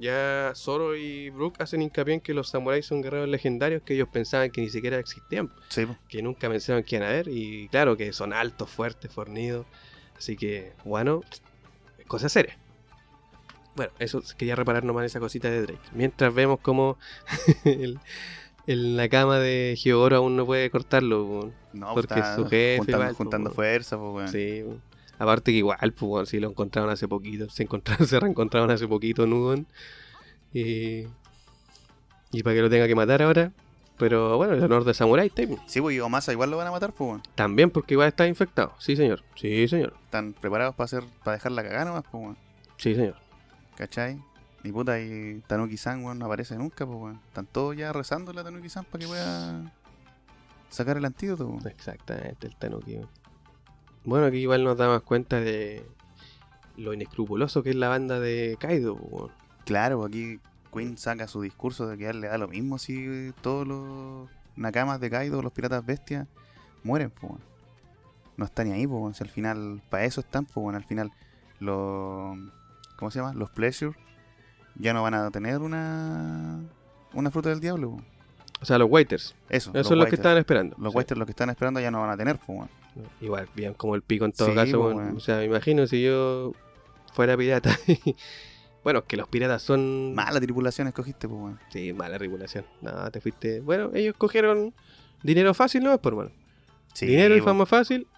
S2: ya Zoro y Brook hacen hincapié en que los samuráis son guerreros legendarios que ellos pensaban que ni siquiera existían,
S3: Sí, po.
S2: que nunca pensaron que iban a ver, y claro que son altos, fuertes, fornidos, así que, bueno, cosa seria. Bueno, eso quería reparar nomás en esa cosita de Drake. Mientras vemos cómo el- el- la cama de Hyogoro aún no puede cortarlo. weón.
S3: No, pues,
S2: Porque
S3: está
S2: su jefe
S3: juntando,
S2: igual, po,
S3: juntando
S2: weón.
S3: fuerza, po, weón.
S2: Sí, bu. aparte que igual, pues, bueno, sí, lo encontraron hace poquito, se encontraron, se reencontraron hace poquito Nudon. Y, y para que lo tenga que matar ahora. Pero bueno, el honor de Samurai Time.
S3: Sí, po, y Omasa igual lo van a matar, po, weón.
S2: También porque igual está infectado. Sí, señor. Sí, señor.
S3: Están preparados para hacer, para dejar la cagada nomás, po, weón.
S2: Sí, señor.
S3: ¿Cachai? Y puta, y Tanuki-san, weón, no aparece nunca, po, weón. Están todos ya rezándole a Tanuki-san para que pueda sacar el antídoto, po, weón.
S2: Exactamente, el Tanuki. bu. Bueno, aquí igual nos damos cuenta de lo inescrupuloso que es la banda de Kaido. bu, bueno.
S3: Claro, pues, aquí Queen saca su discurso de que a él le da lo mismo si todos los nakamas de Kaido, los piratas bestias, mueren, pues. weón. No están ni ahí, pues. weón. Si al final, para eso están, pues. weón. Al final, los. ¿Cómo se llama? Los Pleasure ya no van a tener una. Una fruta del diablo, pues.
S2: O sea, los Waiters.
S3: Eso,
S2: Esos son los que
S3: Whiters.
S2: estaban esperando.
S3: Los
S2: Sí.
S3: Western, los que están esperando, ya no van a tener, pues. weón.
S2: Igual, bien como el pico en todo
S3: Sí,
S2: caso.
S3: po,
S2: bueno,
S3: weón.
S2: O sea, me imagino si yo fuera pirata. bueno, que los piratas son.
S3: Mala tripulación escogiste, pues. weón.
S2: Sí, mala regulación. No, te fuiste. Bueno, ellos cogieron dinero fácil, ¿no? Por bueno.
S3: Sí,
S2: dinero y
S3: po.
S2: fama fácil.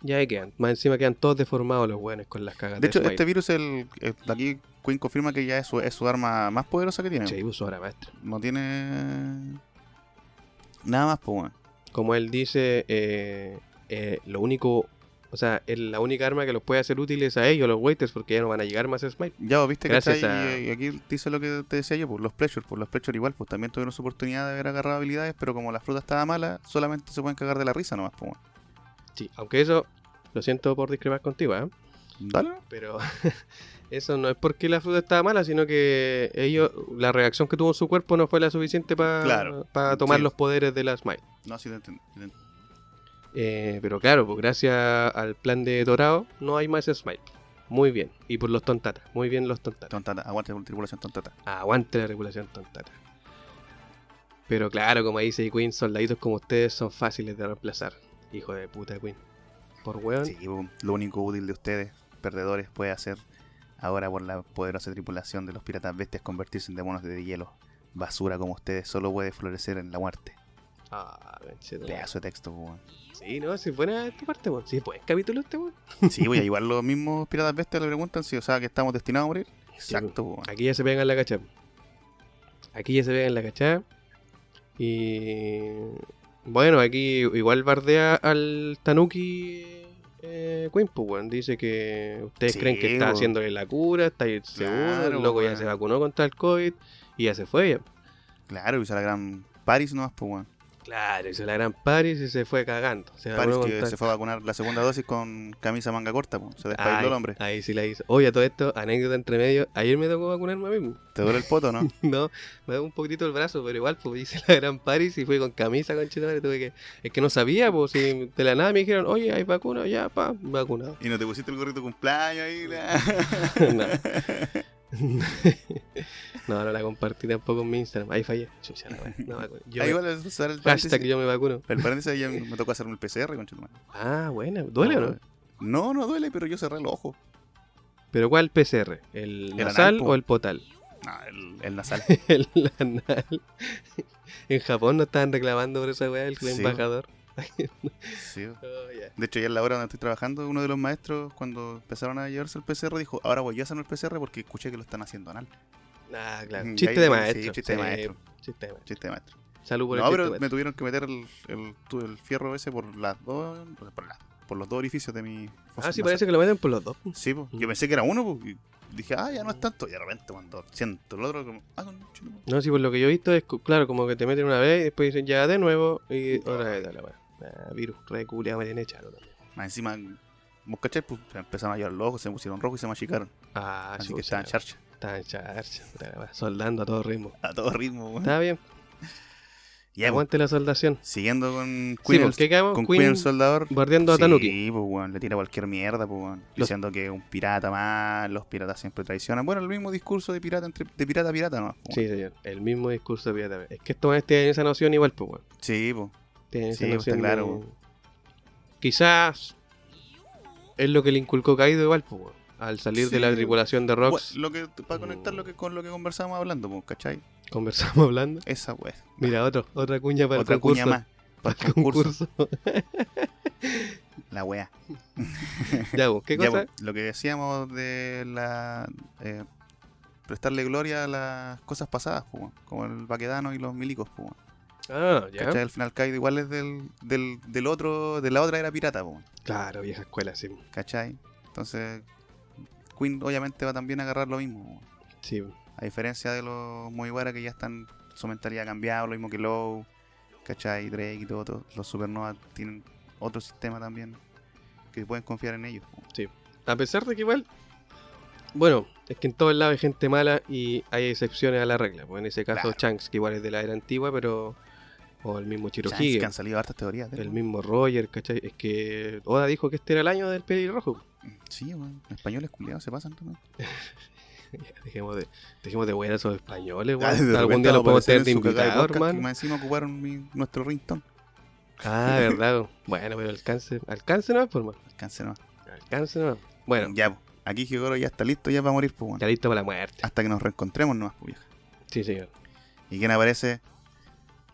S2: Y ahí quedan. Más encima quedan todos deformados los buenos con las cagas.
S3: De hecho,
S2: Smite.
S3: este virus, el, el- aquí Queen confirma que ya es su, es su arma más poderosa que tiene.
S2: Sí, pues, obra maestra.
S3: No tiene. Nada más, pues, weón.
S2: Como él dice, eh, eh, lo único. O sea, es la única arma que los puede hacer útiles a ellos, los waiters, porque ya no van a llegar más a Smite.
S3: Ya, vos viste que
S2: Gracias
S3: está ahí,
S2: a-
S3: y- y aquí dice lo que te decía yo, pues los Pleasure, pues los Pleasure igual, pues también tuvieron su oportunidad de haber agarrado habilidades, pero como la fruta estaba mala, solamente se pueden cagar de la risa nomás, pues, weón.
S2: Sí, aunque eso. Lo siento por discrepar contigo, ¿eh?
S3: Dale, ¿no?
S2: Pero eso no es porque la fruta estaba mala, sino que ellos, la reacción que tuvo en su cuerpo no fue la suficiente para
S3: Claro,
S2: tomar
S3: sí.
S2: los poderes de la Smile.
S3: No, sí, te entiendo, te entiendo.
S2: Eh, pero claro, pues gracias al plan de Dorado no hay más Smile. Muy bien. Y por los tontatas. Muy bien los tontatas.
S3: Tontata, aguante por tripulación tontata.
S2: Aguante la regulación tontata. Pero claro, como dice Queen, soldaditos como ustedes son fáciles de reemplazar. Hijo de puta Queen. Por weón.
S3: Sí, pues, lo único útil de ustedes, perdedores, puede hacer ahora por la poderosa tripulación de los piratas bestias convertirse en demonos de hielo. Basura como ustedes solo puede florecer en la muerte.
S2: Ah, conchetumare.
S3: Pedazo de texto, pues, weón.
S2: Sí, no, si fuera esta parte, weón. Si buen capítulo este, weón.
S3: Sí, voy a igual los mismos piratas bestias le preguntan si, o sea, que estamos destinados a morir.
S2: Sí, pues.
S3: Exacto, po, weón.
S2: Aquí ya se pegan la cachá. Aquí ya se pegan la cachá. Y. Bueno, aquí igual bardea al Tanuki eh, Queen, pues, weón. Dice que ustedes
S3: Sí,
S2: creen que está
S3: weón.
S2: haciéndole la cura, está ahí seguro,
S3: Claro,
S2: el loco ya
S3: weón.
S2: se vacunó contra el COVID y ya se fue. ya.
S3: Claro, hizo la gran Paris nomás, pues, weón.
S2: Claro, hizo la gran Paris y se fue cagando. Se
S3: Paris
S2: vacunó
S3: que
S2: contra-
S3: se fue a vacunar la segunda dosis con camisa manga corta, po. Se despailó
S2: Ay,
S3: el hombre.
S2: Ahí sí la hizo. Oye, a todo esto, anécdota entre medio. Ayer me tocó vacunarme a mí. pues. mismo.
S3: ¿Te duele el poto, no?
S2: No, me da un poquitito el brazo, pero igual, pues hice la gran Paris y fui con camisa, conchetumare, tuve que... Es que no sabía, pues, si de la nada me dijeron, oye, hay vacuna, ya, pa, vacunado.
S3: Y no te pusiste el gorrito de cumpleaños ahí. la-
S2: No. no, no la compartí tampoco en mi Instagram. Ahí fallé. Chucha, la wea. No, me acu- yo
S3: Ahí
S2: me-
S3: igual es usar el
S2: Hashtag
S3: paréntesis.
S2: yo me vacuno.
S3: El paréntesis ya me tocó hacerme el PCR, conchetumare.
S2: Ah, buena. ¿Duele o no?
S3: No, eh. no duele, pero yo cerré el ojo.
S2: ¿Pero cuál PCR? ¿El,
S3: anal,
S2: nasal
S3: po.
S2: o el potal?
S3: No, Ah, el, el nasal.
S2: el anal. en Japón no estaban reclamando por esa weá el
S3: Sí,
S2: embajador.
S3: Sí.
S2: Oh, ya.
S3: De hecho, ya en la hora donde estoy trabajando, uno de los maestros, cuando empezaron a llevarse el PCR, dijo: Ahora voy yo a hacerme el PCR porque escuché que lo están haciendo anal.
S2: Ah, claro.
S3: Mm,
S2: Chiste
S3: ahí-
S2: de
S3: sí,
S2: maestro.
S3: chiste de maestro.
S2: Chiste de maestro.
S3: Chiste de maestro.
S2: Salud por el
S3: no,
S2: chiste
S3: pero
S2: de
S3: me
S2: maestro.
S3: tuvieron que meter el, el, tu- el fierro ese por las dos. Por, las- por los dos orificios de mi.
S2: Ah, sí, parece que lo meten por los dos.
S3: Sí, po. yo
S2: Mm.
S3: pensé que era uno, po, y dije, ah, ya no es tanto. Y de repente, cuando siento el otro, como, ah, con chulo, po.
S2: No, sí, por lo que yo he visto es, cu- claro, como que te meten una vez y después dicen ya de nuevo y otra vez da la weá. Ah, virus, re culia, me tienen echado también.
S3: Más encima, vos cachai, pues se empezaron a llevar los ojos, se pusieron rojos y se machicaron.
S2: Ah,
S3: Así
S2: chucha,
S3: que estaban
S2: la-
S3: charcha,
S2: Estaban charcha, puta la weá, soldando a todo ritmo.
S3: a todo ritmo, weón.
S2: Está bien,
S3: Ya, pues,
S2: aguante la soldación.
S3: siguiendo con
S2: Sí,
S3: Queen,
S2: ¿por
S3: el,
S2: qué quedamos?
S3: con Queen,
S2: Queen
S3: el soldador.
S2: bardeando a Tanuki.
S3: Sí, pues, weón, le tira cualquier mierda, pues, weón.
S2: Los-
S3: Diciendo que un pirata más, los piratas siempre traicionan. Bueno, el mismo discurso de pirata entre, de pirata a pirata, pues, ¿no?
S2: Sí, señor, el mismo discurso de pirata. Es que estos manes tienen esa noción igual, pues, weón.
S3: Sí, pues.
S2: Tienen esa
S3: Sí, pues, está
S2: noción de-
S3: claro, weón.
S2: Quizás es lo que le inculcó Kaido igual, pues, weón. Al salir de
S3: Sí.
S2: la tripulación de Rocks, Oh.
S3: Bueno, lo que, para conectar lo que, con lo que conversábamos hablando, pues, ¿cachai?
S2: conversamos hablando.
S3: Esa, weón.
S2: Mira, otro, otra cuña para
S3: Otra
S2: el concurso.
S3: cuña más. Para
S2: Para el concurso.
S3: La wea.
S2: ya, vos, ¿qué
S3: Ya,
S2: cosa?
S3: pues, lo que decíamos de la. eh, prestarle gloria a las cosas pasadas, pues, weón, como el Baquedano y los milicos. Pues, weón.
S2: ah, ya.
S3: ¿Cachai? Al final Kaido igual es del, del, del otro, de la otra era pirata, pues, weón,
S2: Claro, vieja escuela, sí.
S3: ¿cachai? Entonces, Queen obviamente va también a agarrar lo mismo, weón.
S2: Sí,
S3: a diferencia de los Mugiwara que ya están, su mentalidad ha cambiado, lo mismo que Low, ¿cachai? Drake y todo, todo. los Supernova tienen otro sistema también que pueden confiar en ellos. pues.
S2: A pesar de que igual, bueno, es que en todos lados hay gente mala y hay excepciones a la regla. Pues en ese caso,
S3: Claro.
S2: Shanks, que igual es de la era antigua, pero. O el mismo
S3: Chances que
S2: Chirohige,
S3: han salido hartas teorías. de él,
S2: el
S3: weón.
S2: mismo Roger, ¿cachai? Es que Oda dijo que este era el año del pelirrojo.
S3: Sí, weón. Los españoles culiados se pasan también.
S2: Ya, dejemos de, dejemos de huear a esos españoles,
S3: Ah, de
S2: weón. Algún
S3: repente
S2: día los
S3: vamos a
S2: podemos
S3: aparecer
S2: tener
S3: en
S2: de
S3: su cagada
S2: invitado,
S3: podcast, que
S2: hermano.
S3: Más encima ocuparon mi- nuestro ringtone.
S2: Ah, verdad. weón. Bueno, pero alcance, alcance no, por más.
S3: Alcance nomás.
S2: Alcance no. Bueno,
S3: Ya, po. aquí Hyogoro ya está listo ya para morir, pues, weón.
S2: ya listo para la muerte.
S3: Hasta que nos reencontremos nomás, pues, vieja.
S2: Sí, señor.
S3: ¿Y quién aparece?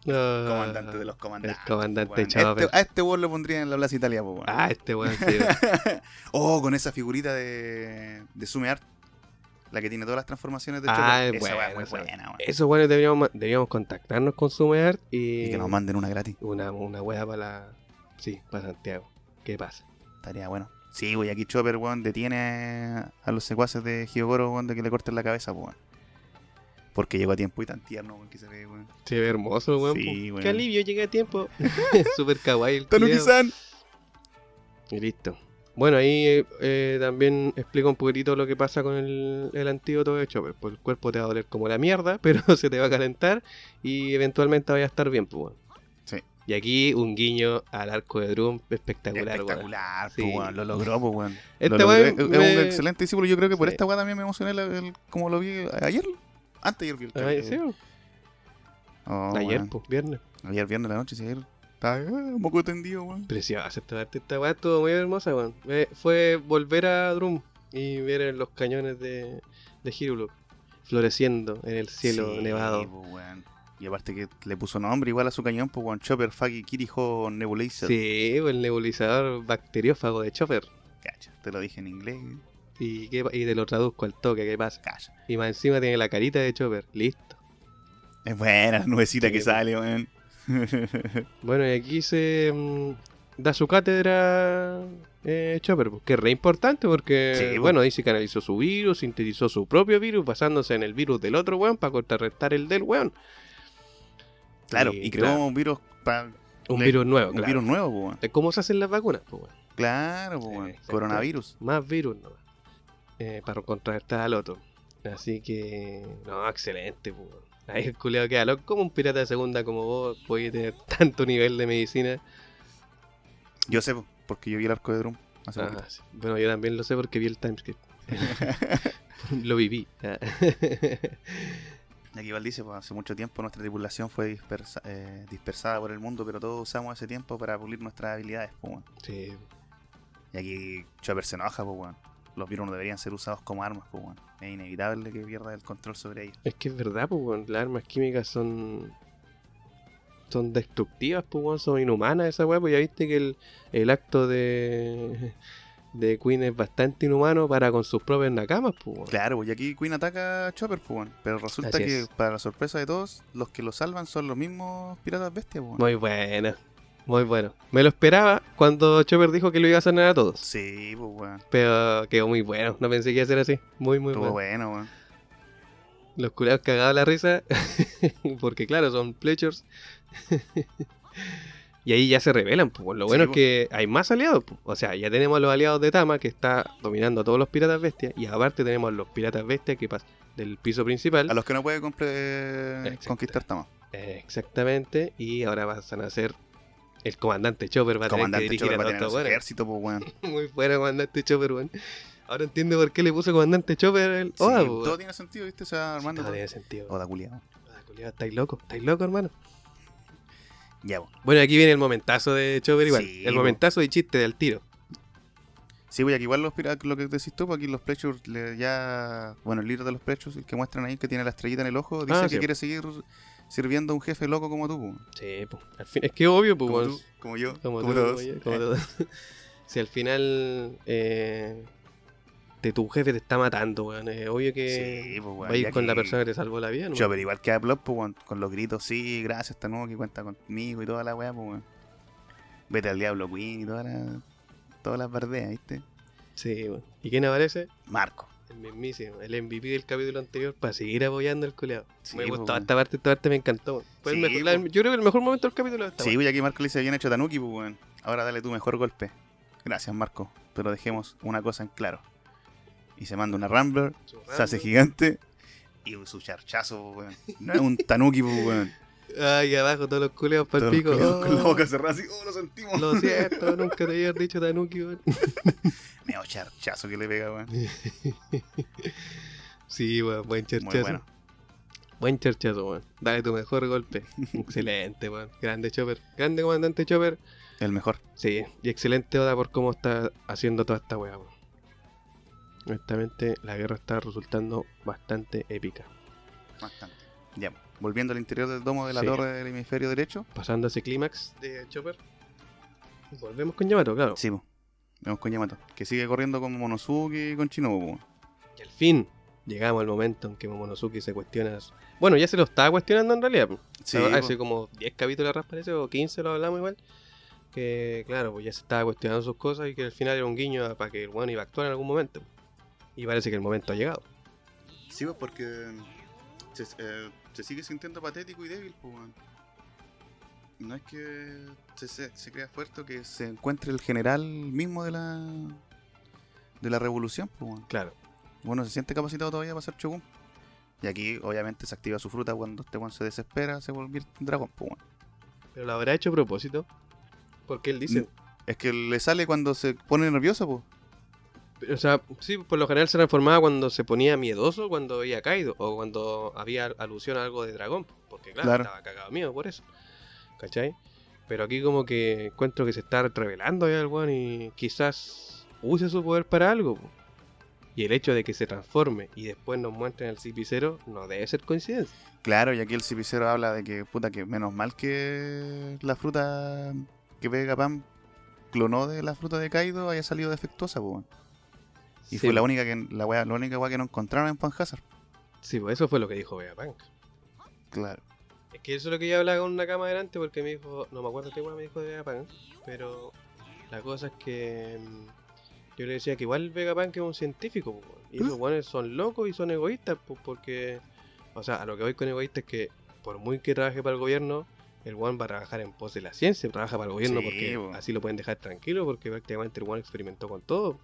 S2: Ah,
S3: Comandante de los comandantes.
S2: El comandante
S3: weón.
S2: Chopper.
S3: Este- a este weón lo pondría en la Plaza Italia, pues, weón.
S2: Ah, este weón, sí, weón.
S3: Oh, con esa figurita de, de Sumeart. La que tiene todas las transformaciones de
S2: Ah,
S3: Chopper. Esa weá
S2: bueno,
S3: es muy
S2: esa weá.
S3: buena, weón.
S2: Esos weones deberíamos, ma- deberíamos contactarnos con Sumeart y,
S3: Y que nos manden una gratis.
S2: una, una wea para la. Sí, para Santiago. ¿Qué pasa?
S3: Estaría bueno. Sí, güey, aquí Chopper, weón, detiene a los secuaces de Hyogoro, weón, de que le corten la cabeza, pues, weón. Porque llegó a tiempo y tan tierno, weón, que se ve, weón.
S2: Se ve hermoso, weón.
S3: Sí,
S2: po.
S3: weón. pues.
S2: Qué alivio, llegué a tiempo. Super kawaii el culiao.
S3: ¡Tanuki-san!
S2: Y listo. Bueno, ahí eh, eh, también explica un poquitito lo que pasa con el, el antídoto de Chopper. Pues el cuerpo te va a doler como la mierda, pero se te va a calentar y eventualmente vaya a estar bien, pues, weón.
S3: Sí.
S2: Y aquí un guiño al arco de Drum espectacular, weón.
S3: Espectacular,
S2: Sí.
S3: pues, weón. Lo logró, pues, weón. Lo
S2: Este
S3: logró.
S2: weón
S3: Es- es
S2: me-
S3: un excelente discípulo. Yo creo que por
S2: Sí.
S3: esta weá también me emocioné la- el- como lo vi ayer. Antes de ayer vi el
S2: Ay,
S3: trailer.
S2: sí, weón.
S3: Oh,
S2: Ayer,
S3: weón.
S2: pues, viernes.
S3: Ayer, viernes de la noche, sí, ayer. Estaba eh, un poco tendido, weón.
S2: Preciosa esta parte, esta weá estuvo muy hermosa, weón. Eh, Fue volver a Drum y ver los cañones de, de Hiruluk floreciendo en el cielo
S3: Sí,
S2: nevado.
S3: pues, weón. Y aparte que le puso nombre igual a su cañón, pues, weón. Chopper, Faki, Kirijo, Nebulizer.
S2: Sí, pues, el nebulizador bacteriófago de Chopper.
S3: Cacha, te lo dije en inglés. eh.
S2: Y, qué pa- y te lo traduzco al toque, ¿qué pasa?
S3: Cacha.
S2: Y más encima tiene la carita de Chopper, listo.
S3: Es buena la nubecita
S2: Sí,
S3: que
S2: pues.
S3: sale, weón.
S2: Bueno, y aquí se mm, da su cátedra eh, Chopper, pues, que es re importante porque,
S3: Sí, pues.
S2: bueno, dice que analizó su virus, sintetizó su propio virus, basándose en el virus del otro weón para contrarrestar el del weón.
S3: claro,
S2: Sí,
S3: y creó
S2: claro.
S3: un virus pa-
S2: Un
S3: Le-
S2: virus nuevo,
S3: un
S2: claro.
S3: virus nuevo, pues, weón.
S2: De ¿Cómo se hacen las vacunas? Pues, weón.
S3: Claro, pues,
S2: Sí,
S3: weón.
S2: exacto.
S3: Coronavirus.
S2: Más virus nomás. Eh, para contrarrestar al otro. Así que. No, excelente, pues. weón. Ahí el culeado queda loco. Como un pirata de segunda como vos, podéis tener tanto nivel de medicina.
S3: Yo sé, pues, porque yo vi el arco de Drum hace
S2: Ah,
S3: poquito.
S2: sí. Bueno, yo también lo sé porque vi el timeskip. Lo viví. Ah.
S3: Y aquí Val dice, pues, hace mucho tiempo nuestra tripulación fue dispersa- eh, dispersada por el mundo, pero todos usamos ese tiempo para pulir nuestras habilidades, pues, weón.
S2: sí,
S3: Y aquí Chopper se enoja, pues, weón. Los virus no deberían ser usados como armas, pues, weón. Es inevitable que pierda el control sobre ellos.
S2: es que es verdad, pues, weón. Las armas químicas son. Son destructivas, pues, weón. Son inhumanas esa weá, pues ya viste que el, el acto de. De Queen es bastante inhumano para con sus propias nakamas, pues, weón.
S3: Claro, pues, y aquí Queen ataca a Chopper, pues, weón. Pero resulta
S2: Así
S3: que,
S2: es.
S3: para la sorpresa de todos, los que lo salvan son los mismos piratas bestias, pues, weón.
S2: Muy bueno, muy bueno. Me lo esperaba cuando Chopper dijo que lo iba a sanar a todos.
S3: Sí, pues, weón.
S2: Pero quedó muy bueno. No pensé que iba a ser así. Muy, muy
S3: Estuvo
S2: bueno.
S3: bueno, weón.
S2: Los curados cagados la risa. porque, claro, son Pletchers. y ahí ya se revelan. pues, Lo
S3: Sí,
S2: bueno
S3: po.
S2: es que hay más aliados. pues. O sea, ya tenemos a los aliados de Tama que está dominando a todos los piratas bestias. Y aparte tenemos a los piratas bestias que pasan del piso principal.
S3: A los que no puede compre-
S2: Exacto.
S3: conquistar Tama.
S2: Eh, Exactamente. Y ahora pasan a ser el comandante Chopper. Va a tener que
S3: Comandante
S2: dirigir
S3: Chopper va
S2: a
S3: a
S2: todos
S3: tener
S2: estos
S3: su
S2: hueones.
S3: ejército, pues, weón.
S2: Muy fuera comandante Chopper, weón. Ahora entiendo por qué le puso comandante Chopper el
S3: Sí,
S2: Oda, weón.
S3: todo tiene sentido, ¿viste? O sea,
S2: Oh, Sí,
S3: Armando.
S2: todo
S3: todo-
S2: tiene sentido.
S3: Oda culiao.
S2: Oda, culiao, estáis loco, estáis loco, hermano.
S3: Ya, weón.
S2: Bueno, aquí viene el momentazo de Chopper igual.
S3: Sí,
S2: el
S3: po.
S2: momentazo de chiste del tiro.
S3: Sí, voy aquí igual los pira- lo que decís tú, pues aquí los Plechures le- ya. Bueno, el libro de los Plechures, el que muestran ahí, que tiene la estrellita en el ojo, dice
S2: Ah,
S3: que
S2: sí.
S3: quiere seguir sirviendo a un jefe loco como tú, po.
S2: Sí, po. Al fin, es que obvio, pues,
S3: como,
S2: weón.
S3: tú, como yo,
S2: Como
S3: como,
S2: tú,
S3: todos.
S2: como yo, como
S3: Eh,
S2: todos. si al final eh, te, tu jefe te está matando, weón. Es obvio que
S3: Sí, pues, weón,
S2: va a ir
S3: ya
S2: con la
S3: que-
S2: persona que te salvó la vida, ¿no?
S3: Yo, pero igual que a Plop, pues, weón, con los gritos, sí, gracias, está nuevo que cuenta conmigo y toda la weá, pues, weón. Vete al diablo, Queen y toda la- todas las bardeas, ¿viste?
S2: Sí, weón. ¿Y quién aparece?
S3: Marco.
S2: El mismísimo, el MVP del capítulo anterior para seguir apoyando al culeado.
S3: Sí,
S2: me
S3: po,
S2: gustó
S3: weón.
S2: esta parte, esta parte me encantó. Fue el
S3: Sí,
S2: mejor- la-
S3: po.
S2: yo creo que el mejor momento del capítulo está
S3: Sí, voy aquí Marco le dice bien hecho Tanuki, pues, weón. Ahora dale tu mejor golpe. Gracias, Marco. Pero dejemos una cosa en claro. Y se manda una Rambler, se hace gigante. Y su charchazo, pues, weón. No es un Tanuki, pues, weón.
S2: Ay, abajo todos los culeados para
S3: Todos
S2: el
S3: los
S2: pico.
S3: culiados Con la
S2: Oh,
S3: boca cerrada así, oh, lo sentimos.
S2: Lo siento, nunca te había dicho Tanuki, weón.
S3: Meo charchazo que le pega, weón.
S2: Sí, weón, buen
S3: Muy
S2: charchazo.
S3: bueno.
S2: Buen charchazo, weón. Dale tu mejor golpe. excelente, weón. Grande Chopper. Grande comandante Chopper.
S3: El mejor.
S2: Sí, y excelente Oda por cómo está haciendo toda esta weá, weón. Honestamente, la guerra está resultando bastante épica.
S3: Bastante. Ya, pues, volviendo al interior del domo de la
S2: Sí.
S3: torre del hemisferio derecho.
S2: Pasando ese clímax de Chopper. Volvemos con Yamato, claro.
S3: Sí, pues. Vemos con Yamato. Que sigue corriendo con Monosuke y con Chinobu, pues, weón.
S2: Y al fin llegamos al momento en que Momonosuke se cuestiona. su- Bueno, ya se lo estaba cuestionando en realidad. po.
S3: Sí,
S2: Ah, Hace
S3: pues.
S2: como 10 capítulos atrás parece, o 15 lo hablamos igual. Que claro, pues ya se estaba cuestionando sus cosas y que al final era un guiño a- para que el bueno iba a actuar en algún momento. Y parece que el momento ha llegado.
S3: Sí, pues porque se, eh, se sigue sintiendo patético y débil, pues, weón. No es que se, se- se crea fuerte o que se encuentre el general mismo de la de la revolución, pues, weón.
S2: Claro.
S3: Bueno, se siente capacitado todavía para ser Shogun. Y aquí, obviamente, se activa su fruta cuando este weón se desespera, se vuelve un dragón, pues, weón.
S2: Pero lo habrá hecho a propósito. Porque él dice.
S3: Es que le sale cuando se pone nervioso, pues.
S2: O sea, sí, por lo general se transformaba cuando se ponía miedoso, cuando había caído, o cuando había al- alusión a algo de dragón, porque claro,
S3: Claro.
S2: estaba cagado mío por eso. ¿Cachai? Pero aquí como que encuentro que se está revelando ya el weón y quizás use su poder para algo. po. Y el hecho de que se transforme y después nos muestren el cipicero no debe ser coincidencia.
S3: Claro, y aquí el cipicero habla de que, puta, que menos mal que la fruta que Vega Pam clonó de la fruta de Kaido haya salido defectuosa, pues. weón.
S2: Sí,
S3: Y fue la única que la, wea- la única weá que no encontraron en Panhazard.
S2: Sí, pues eso fue lo que dijo Bea
S3: Claro.
S2: Es que eso es lo que yo hablaba con una cama delante porque me dijo, no me acuerdo qué weá me dijo de Vegapunk, pero la cosa es que mm, yo le decía que igual Vegapunk es un científico, po, weón.
S3: ¿Mm?
S2: y los guanes son locos y son egoístas, po, porque, o sea, a lo que voy con egoísta es que por muy que trabaje para el gobierno, el guan va a trabajar en pos de la ciencia, trabaja para el gobierno
S3: Sí,
S2: porque
S3: po.
S2: así lo pueden dejar tranquilo, porque prácticamente el guan experimentó con todo.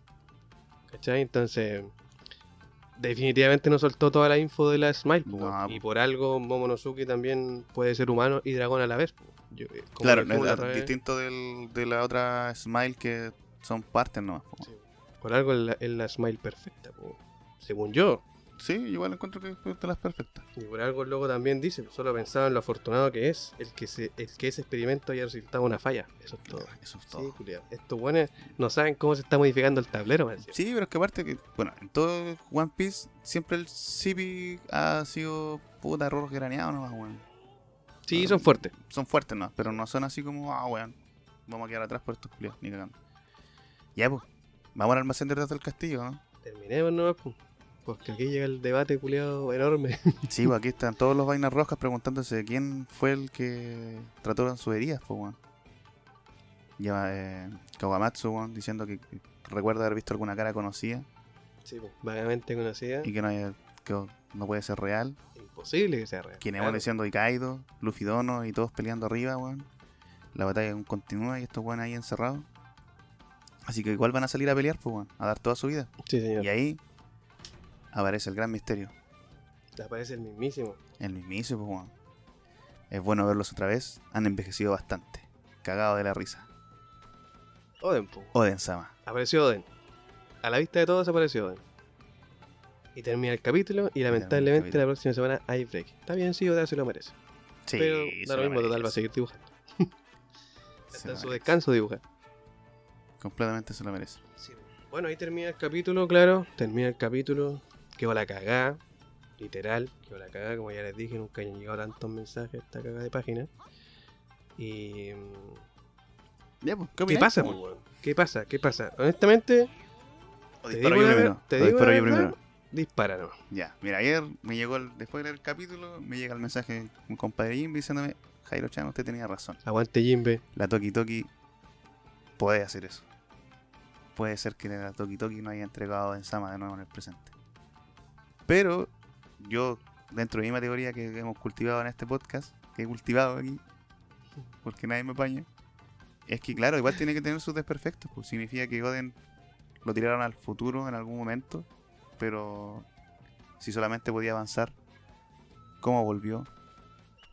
S2: ¿Cachai? Entonces, definitivamente no soltó toda la info de la Smile. po,
S3: No,
S2: weón.
S3: po.
S2: y por algo Momonosuke también puede ser humano y dragón a la vez. po. Yo- eh, como
S3: Claro,
S2: dijimos la otra
S3: es
S2: vez,
S3: distinto del- de la otra Smile que son partes nomás. po.
S2: Sí. Por algo es la, es la Smile perfecta, po, según yo.
S3: Sí, igual encuentro que es de las perfectas.
S2: Y por algo el loco también dice, solo pensaba en lo afortunado que es, el que, se, el que ese experimento haya resultado una falla. Eso es todo.
S3: Eso es
S2: Sí,
S3: todo.
S2: culiao. Estos buenos no saben cómo se está modificando el tablero, man.
S3: Sí, pero es que aparte que, bueno, en todo One Piece siempre el CP ha sido puta errores graneados nomás, weón.
S2: Sí, son fuertes.
S3: Son fuertes nomás, pero no son así como, ah, weón, vamos a quedar atrás por estos culiados, ni cagando. Ya, pues, vamos al almacén de retrato del castillo, ¿no?
S2: Terminemos nomás, po, porque aquí llega el debate culiado enorme.
S3: Sí, pues aquí están todos los vainas roscas preguntándose quién fue el que trataron sus heridas, pues, weón. Lleva eh, Kawamatsu, weón, diciendo que que recuerda haber visto alguna cara conocida
S2: Sí, po, vagamente conocida.
S3: y que no, haya- que no puede ser real.
S2: Imposible que sea real.
S3: Kinemon
S2: Claro.
S3: diciendo Ikaido, Luffy Dono y todos peleando arriba, weón. La batalla aún continúa y estos weón ahí encerrados. Así que igual van a salir a pelear, pues, weón, a dar toda su vida.
S2: Sí, señor.
S3: Y ahí aparece el gran misterio.
S2: Te aparece el mismísimo.
S3: El mismísimo, pues, weón. Es bueno verlos otra vez. Han envejecido bastante. Cagado de la risa.
S2: Oden, po.
S3: Oden Sama.
S2: Apareció Oden. A la vista de todos apareció Oden. Y termina el capítulo y lamentablemente
S3: capítulo.
S2: la próxima semana hay break. Está bien, sí, Oda se lo merece.
S3: Sí,
S2: Pero
S3: se
S2: da lo mismo,
S3: merece,
S2: total, va a seguir dibujando.
S3: se
S2: Hasta
S3: lo
S2: en su
S3: merece.
S2: descanso dibuja.
S3: Completamente se lo merece.
S2: Sí, Bueno, ahí termina el capítulo, claro. Termina el capítulo. Quedó la cagada. Literal, quedó la cagada. Como ya les dije, nunca hayan llegado tantos mensajes a esta cagada de página. Y. mm,
S3: Ya, pues,
S2: ¿Qué
S3: opináis,
S2: pasa,
S3: pues,
S2: pues, weón? ¿Qué pasa? ¿Qué pasa? Honestamente,
S3: O
S2: Te
S3: disparo
S2: digo
S3: yo
S2: la ver-
S3: primero.
S2: te
S3: O
S2: digo
S3: disparo
S2: la
S3: yo
S2: verdad.
S3: primero.
S2: dispara nomás.
S3: Ya, mira, ayer me llegó el, después del capítulo, me llega el mensaje de un compadre Jimmy diciéndome, Jairo Chan, usted tenía razón.
S2: Aguante Jimbe.
S3: La Toki Toki puede hacer eso. Puede ser que la Toki Toki no haya entregado en Sama de nuevo en el presente. Pero yo, dentro de mi categoría que hemos cultivado en este podcast, que he cultivado aquí, porque nadie me apaña, es que claro, igual tiene que tener sus desperfectos. Pues significa que Goden lo tiraron al futuro en algún momento, pero si solamente podía avanzar, ¿cómo volvió?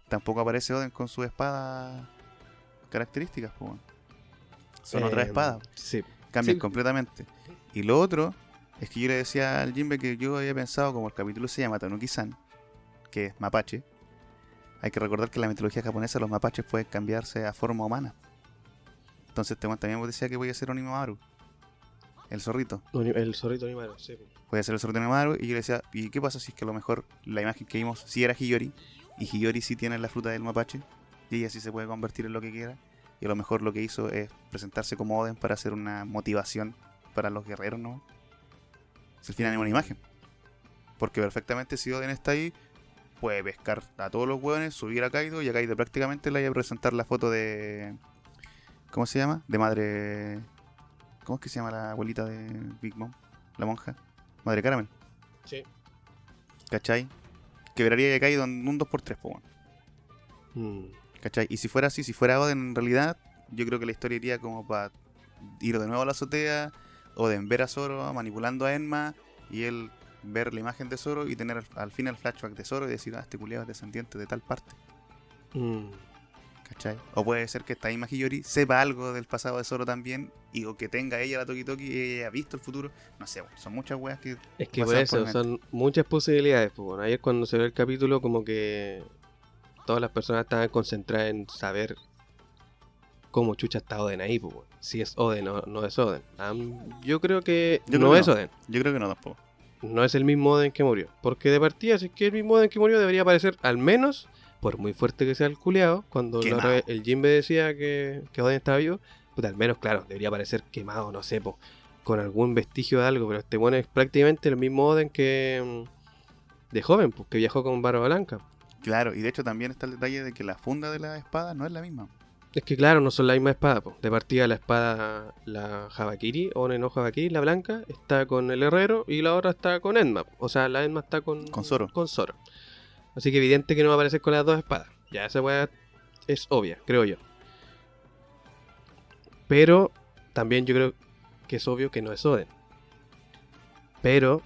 S3: Tampoco aparece Oden con su espada características, pues, weón. Son otra
S2: Eh,
S3: espada
S2: Sí.
S3: cambian
S2: Sí.
S3: completamente. Y lo otro es que yo le decía al Jimbe que yo había pensado, como el capítulo se llama Tanuki-san, que es mapache, hay que recordar que en la mitología japonesa los mapaches pueden cambiarse a forma humana. Entonces este weón también decía que voy a ser Onimaru, el zorrito.
S2: Oni- El zorrito animado, sí.
S3: Voy a ser el zorrito Onimaru y yo le decía, ¿y qué pasa si es que a lo mejor la imagen que vimos sí era Hiyori? Y Hiyori sí tiene la fruta del mapache y ella sí se puede convertir en lo que quiera. Y a lo mejor lo que hizo es presentarse como Oden para hacer una motivación para los guerreros, ¿no? Si al final es una imagen. Porque perfectamente si Oden está ahí, puede pescar a todos los hueones, subir a Kaido y a Kaido prácticamente le vaya a presentar la foto de... ¿Cómo se llama? De madre... ¿Cómo es que se llama la abuelita de Big Mom? La monja. Madre Caramel.
S2: Sí.
S3: ¿Cachai? Quebraría a Kaido en un 2x3, po, weón.
S2: Mm.
S3: ¿Cachai? Y si fuera así, si fuera Oden en realidad, yo creo que la historia iría como para ir de nuevo a la azotea, Oden ver a Zoro manipulando a Enma y él ver la imagen de Zoro y tener al, al fin el flashback de Zoro y decir, ah, este culiado es descendiente de tal parte.
S2: Mm.
S3: ¿Cachai? O puede ser que esta misma Hiyori sepa algo del pasado de Zoro también y o que tenga ella la Toki Toki y ella haya visto el futuro. No sé, weón, son muchas weas que...
S2: Es que
S3: Pasar
S2: por
S3: por
S2: eso
S3: mente.
S2: son muchas posibilidades. Pues, bueno, ayer cuando se ve el capítulo, como que todas las personas estaban concentradas en saber cómo chucha está Oden ahí. Pues, bueno. Si es Oden o no es Oden. Am, yo creo que
S3: Yo creo
S2: no
S3: que
S2: es
S3: no.
S2: Oden.
S3: Yo creo que no tampoco.
S2: No es el mismo Oden que murió. Porque de partida, si es que el mismo Oden que murió debería aparecer al menos, por muy fuerte que sea el culeado, cuando la otra
S3: Quemado.
S2: vez el Jimbe decía que, que Oden estaba vivo, pues al menos, claro, debería aparecer quemado, no sé, po, con algún vestigio de algo. Pero este bueno es prácticamente el mismo Oden que mm, de joven, pues que viajó con Barba Blanca.
S3: Claro, y de hecho también está el detalle de que la funda de la espada no es la misma.
S2: Es que claro, no son la misma espada. po. De partida la espada, la Javakiri, o no Javakiri, la blanca, está con el herrero y la otra está con Edma. O sea, la Edma está con,
S3: Con Zoro.
S2: con Zoro. Así que evidente que no va a aparecer con las dos espadas. Ya esa weá es obvia, creo yo. Pero también yo creo que es obvio que no es Oden. Pero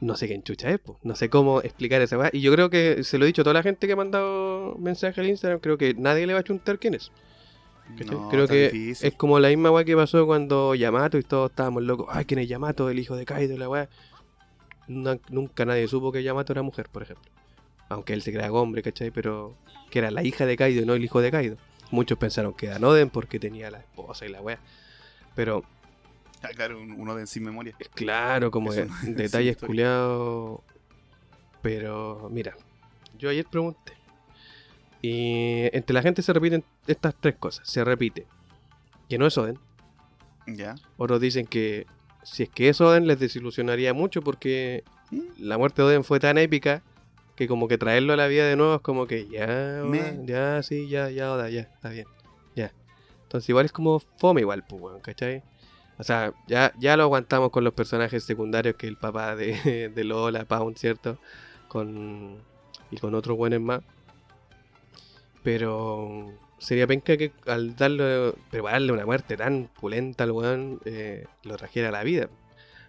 S2: no sé qué enchucha es, po. no sé cómo explicar esa weá. Y yo creo que se lo he dicho a toda la gente que me ha mandado mensaje al Instagram, creo que nadie le va a chuntar quién es. ¿Cachai?
S3: No,
S2: Creo
S3: está
S2: que
S3: difícil.
S2: es como la misma weá que pasó cuando Yamato y todos estábamos locos. Ay, ¿quién es Yamato? El hijo de Kaido, la weá. na- nunca nadie supo que Yamato era mujer, por ejemplo. Aunque él se creaba hombre, ¿cachai? Pero que era la hija de Kaido y no el hijo de Kaido. Muchos pensaron que era Noden porque tenía la esposa y la wea. Pero
S3: Ah, claro, un- uno de sin memoria.
S2: Claro, como
S3: Eso
S2: de-
S3: no es
S2: detalles
S3: historia.
S2: culiados. Pero mira, yo ayer pregunté. Y entre la gente se repiten estas tres cosas. Se repite que no es Oden.
S3: Ya.
S2: Otros dicen que si es que es Oden les desilusionaría mucho porque
S3: Mm,
S2: la muerte de Oden fue tan épica que como que traerlo a la vida de nuevo es como que ya, Oda,
S3: Me-
S2: ya, sí, ya, ya, Oda, ya, está bien, ya. Entonces igual es como fome igual, pues, weón, ¿cachai? O sea, ya, ya lo aguantamos con los personajes secundarios que el papá de, de Lola, Pound, ¿cierto? Con, y con otros buenos más. Pero sería penca que al darle, prepararle una muerte tan pulenta al weón, eh, lo trajera a la vida.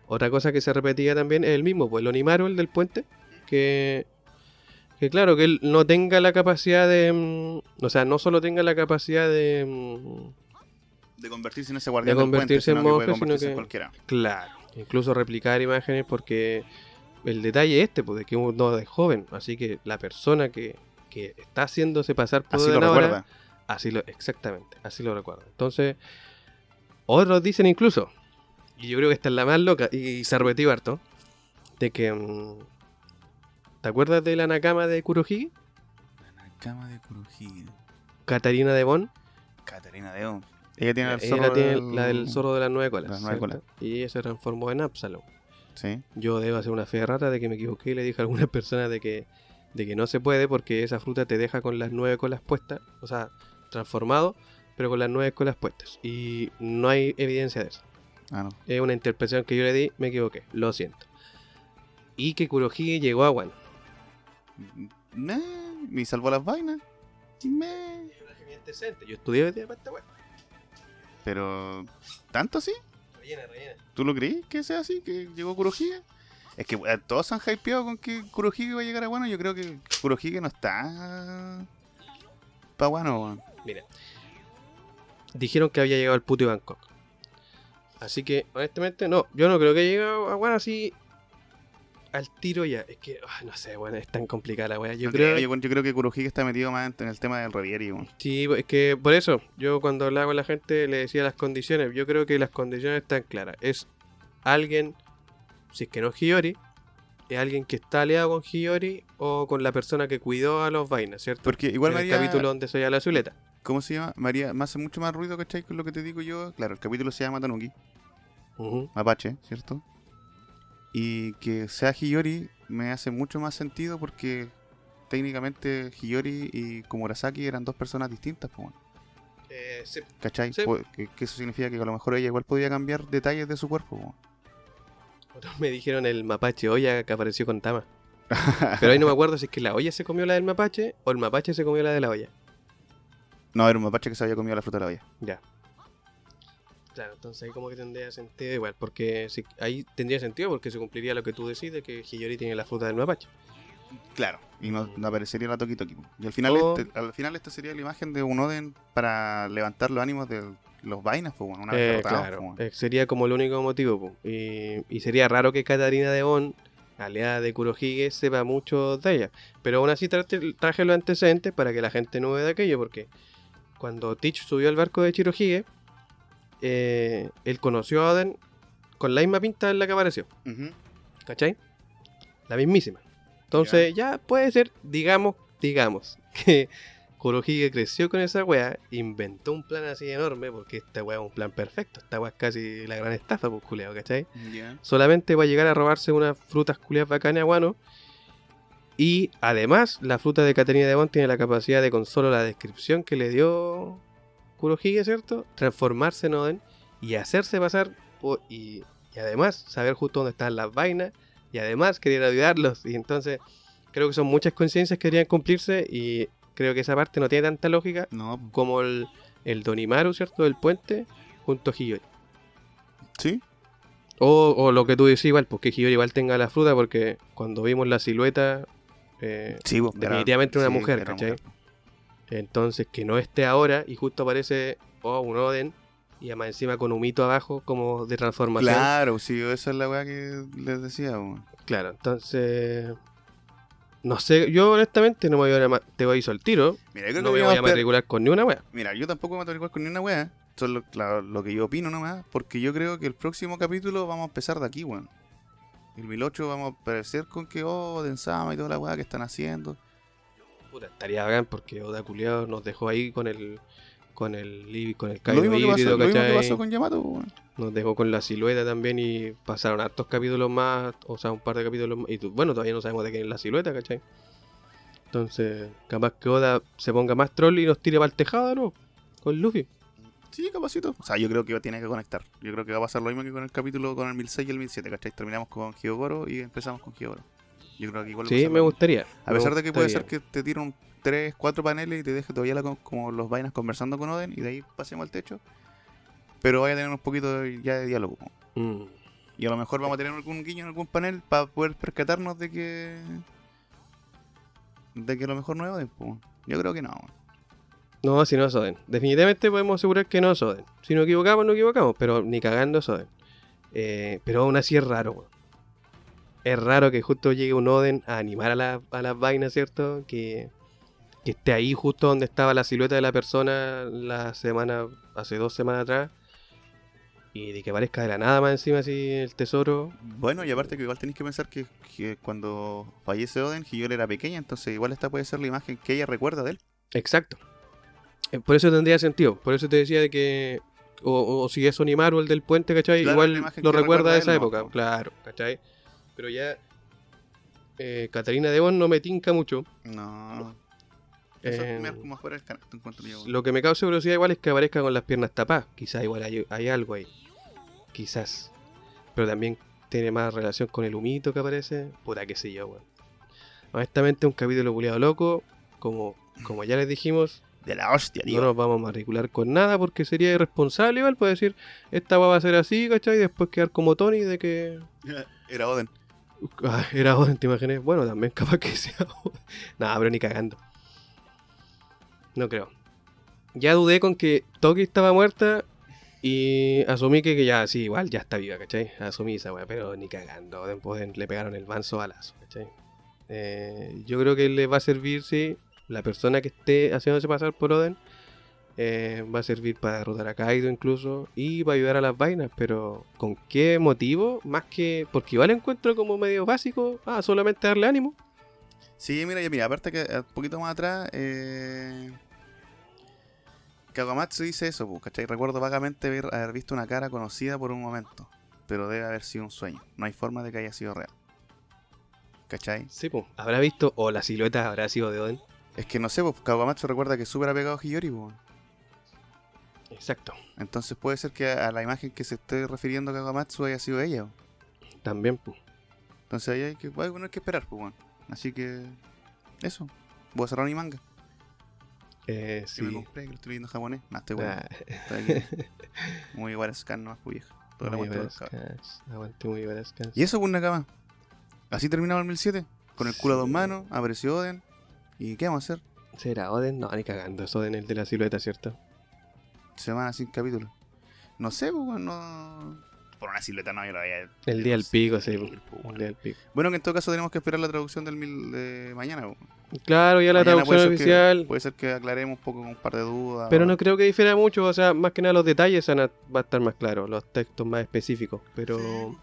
S2: Otra cosa que se repetía también es el mismo, pues el Onimaru, el del puente, que, que claro, que él no tenga la capacidad de... mm, O sea, no solo tenga la capacidad de... mm,
S3: De convertirse en ese guardián
S2: De
S3: del puente,
S2: convertirse en
S3: sino que
S2: monje,
S3: puede
S2: sino
S3: convertirse en
S2: que-
S3: cualquiera.
S2: Claro, incluso replicar imágenes porque el detalle es este, pues de que uno es joven, así que la persona que, que está haciéndose pasar por
S3: Así lo
S2: Oden ahora,
S3: recuerda.
S2: Así lo, exactamente, así lo recuerdo. Entonces, otros dicen incluso, y yo creo que esta es la más loca, y se repetió harto, de que... mm, ¿Te acuerdas de la Nakama de Kurohige?
S3: Nakama de Kurohige.
S2: Catarina de Bon.
S3: Catarina de Oms. Ella tiene el zorro
S2: Ella tiene
S3: del-
S2: la del zorro de las nueve colas.
S3: las nueve
S2: ¿cierto? Y ella se transformó en Absalom.
S3: Sí.
S2: Yo debo hacer una fe rata de que me equivoqué y le dije a algunas personas de que, de que no se puede porque esa fruta te deja con las nueve colas puestas, o sea, transformado, pero con las nueve colas puestas. Y no hay evidencia de eso.
S3: Ah, no.
S2: Es una interpretación que yo le di, me equivoqué, lo siento. Y que Kurohige llegó a Wano.
S3: Me, me salvó las vainas. Me.
S2: Yo estudié hoy día para esta wea.
S3: Pero. ¿Tanto así?
S2: Rellena, rellena.
S3: ¿Tú lo creí que sea así? ¿Que llegó Kurohige? Es que weón, todos se han hypeado con que Kurohige va a llegar a Guano. Yo creo que Kurohige no está. Pa' Guano, weón.
S2: Mira. Dijeron que había llegado al puto Bangkok. Así que, honestamente, no. Yo no creo que llegue a Wano así al tiro ya. Es que, ah, no sé, bueno, es tan complicada la wea. Yo
S3: No
S2: creo...
S3: yo, yo creo que Kurohige está metido más en, en el tema del Revieri, weón.
S2: Sí, es que por eso, yo cuando hablaba con la gente le decía las condiciones. Yo creo que las condiciones están claras. Es alguien, si es que no es Hiyori, es alguien que está aliado con Hiyori o con la persona que cuidó a los vainas, ¿cierto?
S3: Porque igual
S2: en
S3: María.
S2: el capítulo donde soy a la Zuleta.
S3: ¿Cómo se llama? María, me hace mucho más ruido, ¿cachai? Con lo que te digo yo. Claro, el capítulo se llama Tanuki.
S2: Ujú.
S3: Apache, ¿cierto? Y que sea Hiyori me hace mucho más sentido porque técnicamente Hiyori y Komurasaki eran dos personas distintas, po, weón,
S2: Eh, sí,
S3: ¿cachai?
S2: Sí.
S3: Po- Que, que eso significa que a lo mejor ella igual podía cambiar detalles de su cuerpo. po.
S2: otros me dijeron el mapache olla que apareció con Tama. Pero ahí no me acuerdo si es que la olla se comió la del mapache o el mapache se comió la de la olla.
S3: No, era un mapache que se había comido la fruta de la olla.
S2: Ya. Claro, entonces ahí como que tendría sentido igual, porque si- ahí tendría sentido porque se cumpliría lo que tú decís de que Hiyori tiene la fruta del mapache.
S3: Claro. Y no, no aparecería la Toki Toki. po. Y al final,
S2: O-
S3: este- al final esta sería la imagen de un Oden para levantar los ánimos de los vainas, po, weón, una vez pues,
S2: Eh,
S3: derrotados,
S2: claro,
S3: po, weón.
S2: eh, sería como el único motivo. po. Y, y sería raro que Katarina de Bon, aliada de Kurohige, sepa mucho de ella. Pero aún así tra- traje los antecedentes para que la gente no vea de aquello, porque cuando Teach subió al barco de Chirohige, eh, él conoció a Oden con la misma pinta en la que apareció.
S3: Ujú.
S2: ¿Cachai? La mismísima. Entonces ya puede ser, digamos, digamos, que Kurohige creció con esa weá, inventó un plan así enorme, porque esta weá es un plan perfecto, esta weá es casi la gran estafa, pues culeado, ¿cachai?
S3: Ya.
S2: Solamente va a llegar a robarse unas frutas culiadas bacanas a Guano. Y además, la fruta de Caterina de Bon tiene la capacidad de, con solo la descripción que le dio Kurohige, ¿cierto? Transformarse en Oden y hacerse pasar. por- y, y además, saber justo dónde están las vainas. Y además, querer ayudarlos. Y entonces, creo que son muchas coincidencias que deberían cumplirse. Y creo que esa parte no tiene tanta lógica
S3: No, po.
S2: como el, el Donimaru, ¿cierto? Del puente junto a Hiyori.
S3: sí.
S2: O, o lo que tú decís, igual, porque Hiyori igual tenga la fruta, porque cuando vimos la silueta, eh,
S3: Sí, po, era-
S2: definitivamente una
S3: sí,
S2: mujer,
S3: era
S2: ¿cachai? Entonces que no esté ahora y justo aparece, oh, un Oden, Y además encima con humito abajo como de transformación.
S3: Claro, sí, esa es la weá que les decía, weón.
S2: Claro, entonces... No sé, yo honestamente no me voy a... ma- Te voy a el tiro.
S3: Mira, yo creo
S2: No
S3: que
S2: me voy
S3: vamos
S2: a
S3: a estar-
S2: matricular con ni una wea.
S3: Mira, yo tampoco me voy a matricular con ni una weá. Eso es lo, la- lo que yo opino nomás. Porque yo creo que el próximo capítulo vamos a empezar de aquí, weón. El 1008 vamos a aparecer con que, oh, Densama y toda la weá que están haciendo.
S2: Puta, estaría bacán porque Oda Culeado nos dejó ahí con el... Con el, li- con el
S3: lo
S2: Kaido
S3: mismo, que pasó,
S2: híbrido,
S3: lo mismo que
S2: ¿cachai?
S3: pasó con Yamato, weón.
S2: Nos dejó con la silueta también y pasaron hartos capítulos más, o sea, un par de capítulos más. Y tú- bueno, todavía no sabemos de quién es la silueta, ¿cachai? Entonces, capaz que Oda se ponga más troll y nos tire para el tejado, ¿no? Con Luffy.
S3: Sí, capacito. O sea, yo creo que tiene que conectar. Yo creo que va a pasar lo mismo que con el capítulo con el 1006 y el 1007, ¿cachai? Terminamos con Hyogoro y empezamos con Hyogoro. Yo creo que igual va a
S2: Sí,
S3: pasar
S2: me
S3: lo mismo.
S2: gustaría.
S3: A pesar de que puede ser que te tiren 3, 4 paneles y te deje todavía la con- como los vainas conversando con Oden y de ahí pasemos al techo. Pero vaya a tener un poquito de- ya de diálogo. po.
S2: que...
S3: Y a lo mejor vamos a tener algún guiño en algún panel para poder percatarnos de que. de que a lo mejor no es Oden. po. Yo creo que no.
S2: No, si no es Oden. Definitivamente podemos asegurar que no es Oden. Si no equivocamos, no equivocamos, pero ni cagando es Oden. Eh, pero aún así es raro, weón. Es raro que justo llegue un Oden a animar a, la- a las vainas, ¿cierto? Que, que esté ahí justo donde estaba la silueta de la persona la semana, hace dos semanas atrás. Y de que aparezca de la nada más encima así el tesoro.
S3: Bueno, y aparte que igual tenéis que pensar que, que cuando fallece Oden, Hiyori era pequeña, entonces igual esta puede ser la imagen que ella recuerda de él.
S2: Exacto. Eh, Por eso tendría sentido. Por eso te decía de que. O, o- o si es Onimar o el del puente, ¿cachai?
S3: Claro, la
S2: Igual
S3: imagen
S2: lo
S3: que
S2: recuerda
S3: recuerda
S2: de
S3: él,
S2: esa
S3: ¿no?
S2: época. Claro, ¿cachai? Pero ya. eh, Catalina Devon no me tinca mucho.
S3: No. Eso
S2: Eh,
S3: es mirar como fuera del canal, encuentro yo.
S2: lo que me causa curiosidad igual es que aparezca con las piernas tapadas. Quizás igual hay, hay algo ahí. Quizás. Pero también tiene más relación con el humito que aparece. Puta que sé yo, weón. Honestamente, un capítulo culiado loco. Como, como ya les dijimos,
S3: De la hostia, tío.
S2: no nos vamos a matricular con nada porque sería irresponsable igual puede decir esta va a ser así ¿cachai? y después quedar como Tony de que
S3: Era Oden.
S2: ah, era Oden te imaginé bueno también capaz que sea Oden nada pero ni cagando no creo ya dudé con que Toki estaba muerta y asumí que, que ya sí igual ya está viva ¿cachai? asumí esa weá pero ni cagando Oden, Oden le pegaron el manso balazo ¿cachai? Eh, yo creo que le va a servir sí la persona que esté haciéndose pasar por Oden eh, va a servir para derrotar a Kaido incluso y para ayudar a las vainas, pero ¿con qué motivo? Más que porque igual encuentro como medio básico, ah, solamente darle ánimo.
S3: Sí, mira, ya mira, aparte que un poquito más atrás, eh, Kagamatsu dice eso, po, ¿cachai? Recuerdo vagamente haber, haber visto una cara conocida por un momento, pero debe haber sido un sueño. No hay forma de que haya sido real. ¿Cachai?
S2: Sí, pues, habrá visto o la silueta habrá sido de Oden.
S3: Es que no sé, pues Kagamatsu recuerda que es súper apegado a Hiyori, po.
S2: Exacto.
S3: Entonces puede ser que a, a la imagen que se esté refiriendo Kagamatsu haya sido ella, po.
S2: También, pues.
S3: Entonces ahí hay que, bueno, hay que esperar, pues, Así que, eso. Voy a cerrar mi manga.
S2: Eh,
S3: Que me
S2: sí.
S3: compré, que lo estoy leyendo en japonés. No, estoy bueno.
S2: Ah,
S3: Está bien. Muy igual a Scan, nomás pues vieja. Todo el
S2: muy
S3: aguante de los cabros.
S2: Verascas, Aguante muy Verascas.
S3: Y eso, pues Nakama. Así terminaba el 1007. Con el culo a dos
S2: Sí.
S3: manos, apareció Oden. ¿Y qué vamos a hacer?
S2: ¿Será Oden? No, ni cagando, es Oden el de la silueta, ¿cierto?
S3: Semana sin capítulo. No sé, pues weón, no. Por una silueta no, yo la veía.
S2: El día del pico, sí.
S3: Sí, pues,
S2: El
S3: weón.
S2: día del pico.
S3: Bueno, que en todo caso tenemos que esperar la traducción del mil de mañana. pues.
S2: Claro, ya la
S3: Mañana
S2: traducción
S3: puede ser que-
S2: oficial.
S3: Puede ser que aclaremos un poco con un par de dudas.
S2: Pero
S3: o-
S2: no creo que difiera mucho, o sea, más que nada los detalles van a, va a estar más claros, los textos más específicos, pero...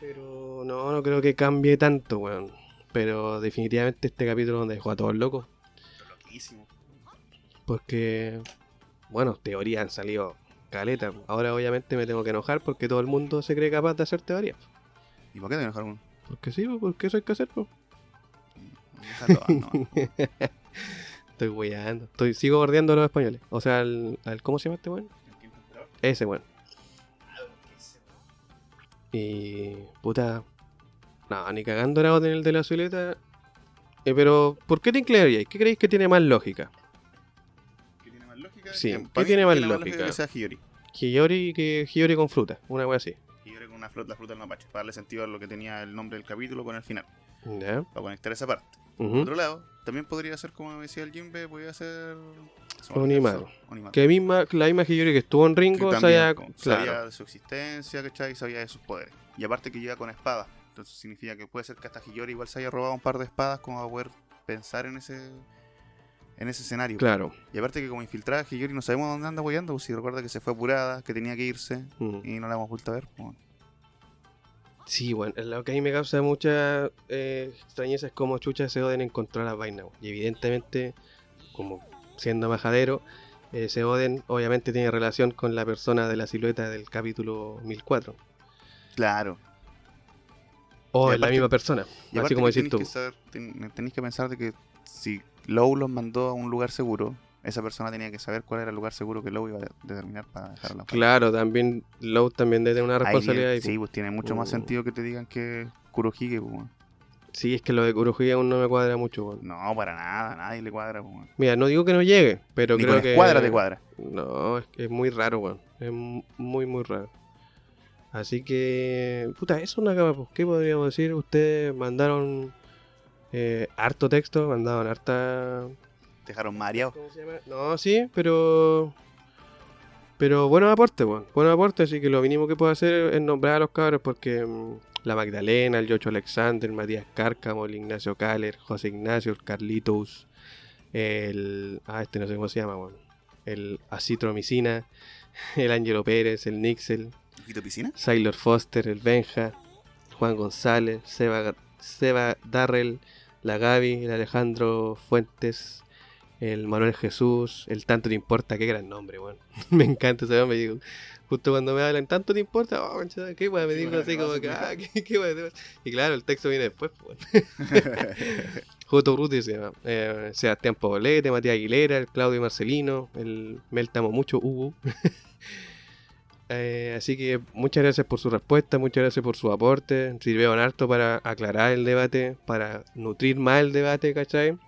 S2: Pero no, no creo que cambie tanto, weón. Pero definitivamente este capítulo donde dejó a todos locos,
S3: Loquísimo.
S2: porque, bueno, teorías han salido caleta. Ahora obviamente me tengo que enojar porque todo el mundo se cree capaz de hacer teorías.
S3: ¿Y por qué te enojaron?
S2: Porque sí, pues, porque eso hay que hacerlo.
S3: Déjalo, ah, no.
S2: Estoy weyando, estoy, sigo bordeando a los españoles. O sea, al, al- ¿cómo se llama este weón? Ese weón. Y. puta. No, ni cagando era en el de la azuleta. Eh, pero, ¿por qué te inclinaríais? ¿Qué creéis que tiene más lógica?
S3: ¿Qué tiene más lógica?
S2: Sí,
S3: Que-
S2: ¿qué
S3: para mí
S2: tiene más lógica?
S3: Que sea Hiyori.
S2: Hiyori que Hiyori con fruta, una wea así.
S3: Y yo creo que una fruta, la fruta del mapache, para darle sentido a lo que tenía el nombre del capítulo con el final,
S2: ¿Ya?
S3: para conectar esa parte. Por
S2: Ujú.
S3: otro lado, también podría ser, como me decía el Jimbe, podría ser. se me
S2: Un
S3: olvidó el
S2: Imago.
S3: zorro, un Imago.
S2: Que misma, la misma que yo creo que estuvo en
S3: Que
S2: Ringo,
S3: también,
S2: sabía,
S3: como,
S2: claro,
S3: sabía de su existencia, ¿cachai? Sabía de sus poderes. Y aparte que llega con espadas. Entonces significa que puede ser que hasta Hiyori igual se haya robado un par de espadas como para poder pensar en ese en ese escenario.
S2: claro.
S3: Y aparte que como infiltrada Hiyori no sabemos dónde anda apoyando, si recuerda que se fue apurada, que tenía que irse
S2: Mm.
S3: y no la hemos vuelto a ver. pues.
S2: Sí, bueno, lo que a mí me causa mucha eh, extrañeza es cómo chucha se Oden encontró las vainas. weón. Y evidentemente, como siendo majadero, eh, se Oden obviamente tiene relación con la persona de la silueta del capítulo 1004.
S3: Claro.
S2: O
S3: Oh, Y
S2: es la
S3: aparte-
S2: misma persona,
S3: Y
S2: así
S3: aparte
S2: como
S3: que
S2: decís
S3: tenéis
S2: tú.
S3: que saber- ten- tenéis que pensar de que si Lowe los mandó a un lugar seguro, esa persona tenía que saber cuál era el lugar seguro que Lowe iba a determinar para dejarla.
S2: Claro, también Lowe también debe tener una
S3: Ahí
S2: responsabilidad. ahí,
S3: tiene- Sí, pues tiene mucho más
S2: Mm.
S3: sentido que te digan que Kurohige, pues. weón.
S2: Sí, es que lo de Kurohige aún no me cuadra mucho. weón.
S3: No, para nada, nadie le cuadra, pues. weón.
S2: Mira, no digo que no llegue, pero
S3: Ni
S2: creo
S3: con
S2: que.
S3: escuadra te cuadra.
S2: No, es que es muy raro, weón. Es mu- muy, muy raro. Así que. Puta, eso es una cama, pues. ¿Qué podríamos decir? Ustedes mandaron eh, harto texto, mandaron harta.
S3: Te dejaron mareado.
S2: ¿Cómo se llama? No, sí, pero. Pero buenos aportes, weón. Buenos aportes, así que lo mínimo que puedo hacer es nombrar a los cabros porque mm, la Magdalena, el Yocho Alexander, Matías Cárcamo, el Ignacio Caller, José Ignacio, el Carlitos, el. Ah, este no sé cómo se llama, weón. El Acitromicina, el Ángelo Pérez, el Nixel,
S3: ¿Quito piscina?
S2: Sailor Foster, el Benja, Juan González, Seba, Seba Darrell, la Gaby, el Alejandro Fuentes, el Manuel Jesús, el Tanto Te Importa, qué gran nombre, weón. me encanta ese nombre, digo, justo cuando me hablan, ¿Tanto Te Importa? Oh, concha, qué weón, me
S3: Sí,
S2: digo
S3: bueno,
S2: así
S3: no,
S2: como
S3: sí,
S2: que,
S3: claro.
S2: ah, qué, qué weá, qué weá. Y claro, el texto viene después, pues, weón. Joto Urruti se llama. Eh, Sebastián Poblete, Matías Aguilera, el Claudio Marcelino, el Meltamo Mucho, Hugo. Eh, así que muchas gracias por su respuesta, muchas gracias por su aporte. Sirvieron harto para aclarar el debate, para nutrir más el debate, ¿cachai?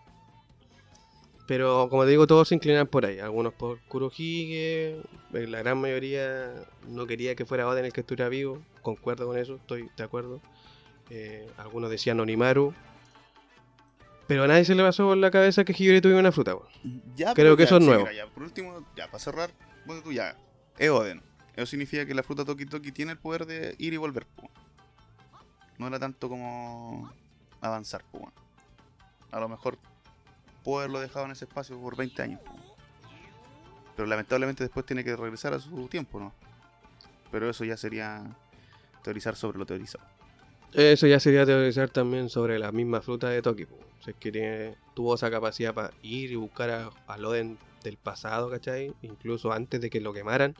S2: Pero como te digo, todos se inclinan por ahí. Algunos por Kurohige, eh, la gran mayoría no quería que fuera Oden el que estuviera vivo. Concuerdo con eso, estoy de acuerdo. Eh, algunos decían Onimaru. Pero a nadie se le pasó por la cabeza que Hiyori tuviera una fruta. weón. Creo
S3: Ya, pero
S2: que
S3: ya,
S2: eso es
S3: sí,
S2: nuevo.
S3: mira, ya, por último, ya, para cerrar, bueno, tú ya, es Oden. Eso significa que la fruta Toki Toki tiene el poder de ir y volver, pues. No era tanto como avanzar, pues. bueno. A lo mejor pudo haberlo dejado en ese espacio por 20 años, pues. Pero lamentablemente después tiene que regresar a su tiempo, ¿no? Pero eso ya sería teorizar sobre lo teorizado.
S2: Eso ya sería teorizar también sobre la misma fruta de Toki. po. Si es que tiene- tuvo esa capacidad para ir y buscar a, a Loden del pasado, ¿cachai? Incluso antes de que lo quemaran.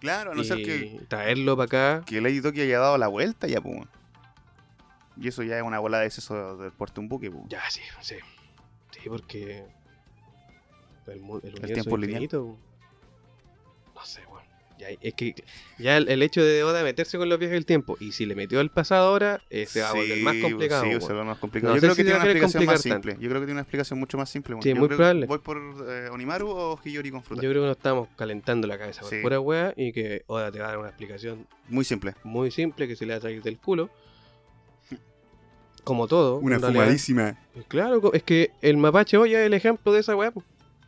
S3: Claro, a no
S2: y
S3: ser que
S2: traerlo para acá.
S3: que Lady Toki haya dado la vuelta ya, pues. Y eso ya es una bola de exceso del puerto de un buque, pues.
S2: Ya, sí, sí. Sí, porque. El, mu- el universo
S3: tiempo lineal.
S2: infinito, No sé, bueno. Ya, es que ya el, el hecho de Oda meterse con los viajes del tiempo. Y si le metió el pasado ahora, eh, se va a volver más
S3: Sí, pues
S2: complicado.
S3: Sí,
S2: weón.
S3: se va a volver más complicado.
S2: No
S3: Yo
S2: sé
S3: creo
S2: si
S3: que tiene
S2: va a
S3: una
S2: querer
S3: explicación más
S2: complicar
S3: simple. Yo creo que tiene una explicación mucho más simple. weón.
S2: Sí,
S3: Yo
S2: muy
S3: creo-
S2: probable.
S3: ¿Voy por eh, Onimaru o Hiyori con fruta?
S2: Yo creo que nos estamos calentando la cabeza por
S3: Sí.
S2: pura wea y que Oda te va a dar una explicación
S3: Muy simple.
S2: muy simple que se le va a salir del culo. Como todo. en realidad. Pues Claro, co- es que el mapache olla es el ejemplo de esa weá. po.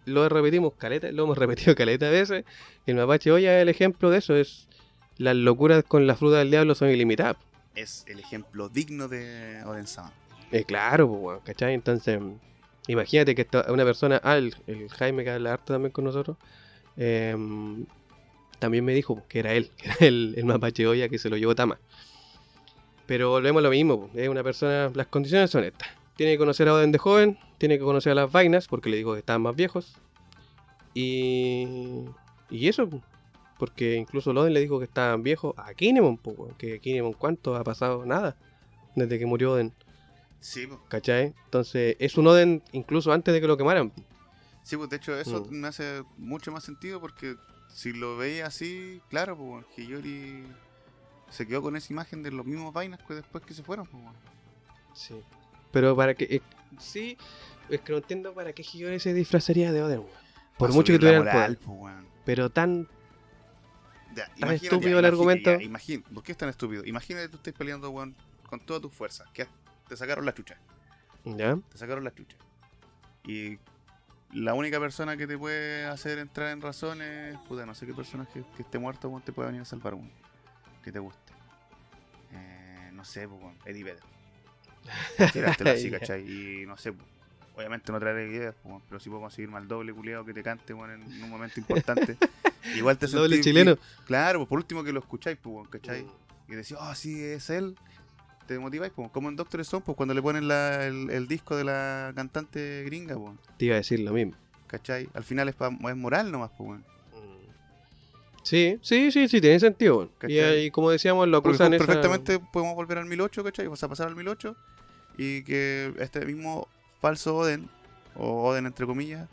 S2: Lo repetimos caleta, lo hemos repetido caleta a veces. El mapache olla es el ejemplo de eso. Es las locuras con la fruta del diablo son ilimitadas. po.
S3: Es el ejemplo digno de Oden-sama.
S2: Eh, claro, pues, weón, ¿cachai? Entonces, mm, imagínate que esta- una persona, ah, el, el Jaime que habla harto también con nosotros, em, también me dijo po, que era él, que era el, el mapache olla que se lo llevó Tama. Pero volvemos a lo mismo, es una persona, las condiciones son estas. Tiene que conocer a Oden de joven, tiene que conocer a las vainas, porque le dijo que estaban más viejos. Y, y eso, po, porque incluso Oden le dijo que estaban viejos a Kinemon, po, weón, que Kinemon cuánto ha pasado nada desde que murió Oden.
S3: Sí, pues.
S2: ¿Cachai? Entonces, es un Oden incluso antes de que lo quemaran.
S3: Sí, pues de hecho eso
S2: Mm.
S3: me hace mucho más sentido porque si lo veía así, claro, pues bueno, Hiyori se quedó con esa imagen de los mismos vainas que después que se fueron, pues bueno.
S2: Sí. Pero para que. eh, sí, es que no entiendo para qué Hiyori se disfrazaría de Oden, weón. Por
S3: Pa'
S2: mucho que
S3: subir
S2: tuviera
S3: la
S2: el poder.
S3: moral, pues, weón.
S2: Pero tan.
S3: Ya,
S2: Tan
S3: imagínate,
S2: estúpido
S3: ya,
S2: el
S3: imagi-
S2: argumento.
S3: ya, imagín- ¿Por qué es tan estúpido? Imagínate tú estés peleando, weón, con todas tus fuerzas, que has- te sacaron la chucha.
S2: ¿Ya?
S3: te sacaron la chucha. Y la única persona que te puede hacer entrar en razón es, puta, no sé qué personaje que esté muerto weón, te puede venir a salvar uno. Que te guste. Eh, no sé, pues, weón, Eddie Vedder. Tirártela así,
S2: Ya.
S3: ¿cachai? Y no sé, pues, obviamente no traeré ideas, pues, weón, pero si puedo conseguir mal doble culiado que te cante weón, en, en un momento importante. Igual te
S2: Doble
S3: sentís-
S2: chileno.
S3: Claro, pues por último que lo escucháis, pues, weón, ¿cachai? y decís, oh, sí, es él, te motiváis, po. como en Doctor Stone, pues cuando le ponen la- el, el disco de la cantante gringa, po,
S2: Te iba a decir lo mismo.
S3: ¿cachai? Al final es, pa- es moral nomás, pues, weón.
S2: Sí, sí, sí, sí, tiene sentido. weón. Y
S3: ¿Cachai?
S2: ahí, como decíamos, lo
S3: Porque
S2: acusan esa-
S3: perfectamente podemos volver al 1008, ¿cachai? O sea, pasar al 1008 y que este mismo falso Oden, o Oden entre comillas,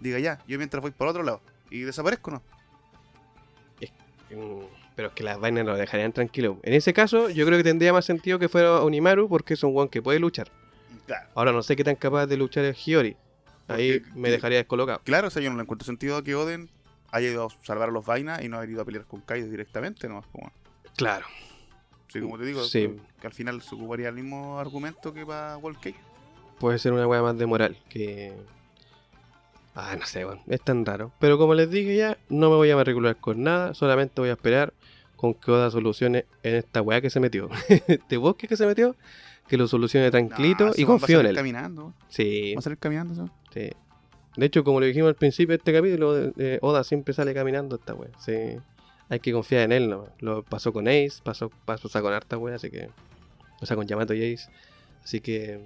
S3: diga ya, yo mientras voy por otro lado y desaparezco, ¿no?
S2: Mm, Pero es que las vainas lo dejarían tranquilo. En ese caso, yo creo que tendría más sentido que fuera Onimaru porque es un guan que puede luchar.
S3: Claro.
S2: Ahora no sé qué tan capaz de luchar es Hiyori. Ahí
S3: Porque-
S2: me dejaría descolocado.
S3: Claro, o sea, yo no le encuentro sentido a que Oden haya ido a salvar a los vainas y no haber ido a pelear con Kaido directamente, ¿no?
S2: Claro.
S3: Sí, como te digo,
S2: Sí.
S3: que al final se ocuparía el mismo argumento que para World Cake.
S2: Puede ser una weá más de moral que. Ah, no sé, weón. Es tan raro. Pero como les dije ya, no me voy a matricular con nada. Solamente voy a esperar con que Oda solucione en esta weá que se metió. este bosque que se metió, que lo solucione tranquilito
S3: Ah,
S2: y confío en él.
S3: Caminando,
S2: Sí,
S3: va a salir caminando, ¿sabes?
S2: sí. De hecho, como lo dijimos al principio de este capítulo, eh, Oda siempre sale caminando esta weá. Sí. Hay que confiar en él, ¿no? Lo pasó con Ace, pasó, pasó con harta weá, así que. O sea, con Yamato y Ace. Así que.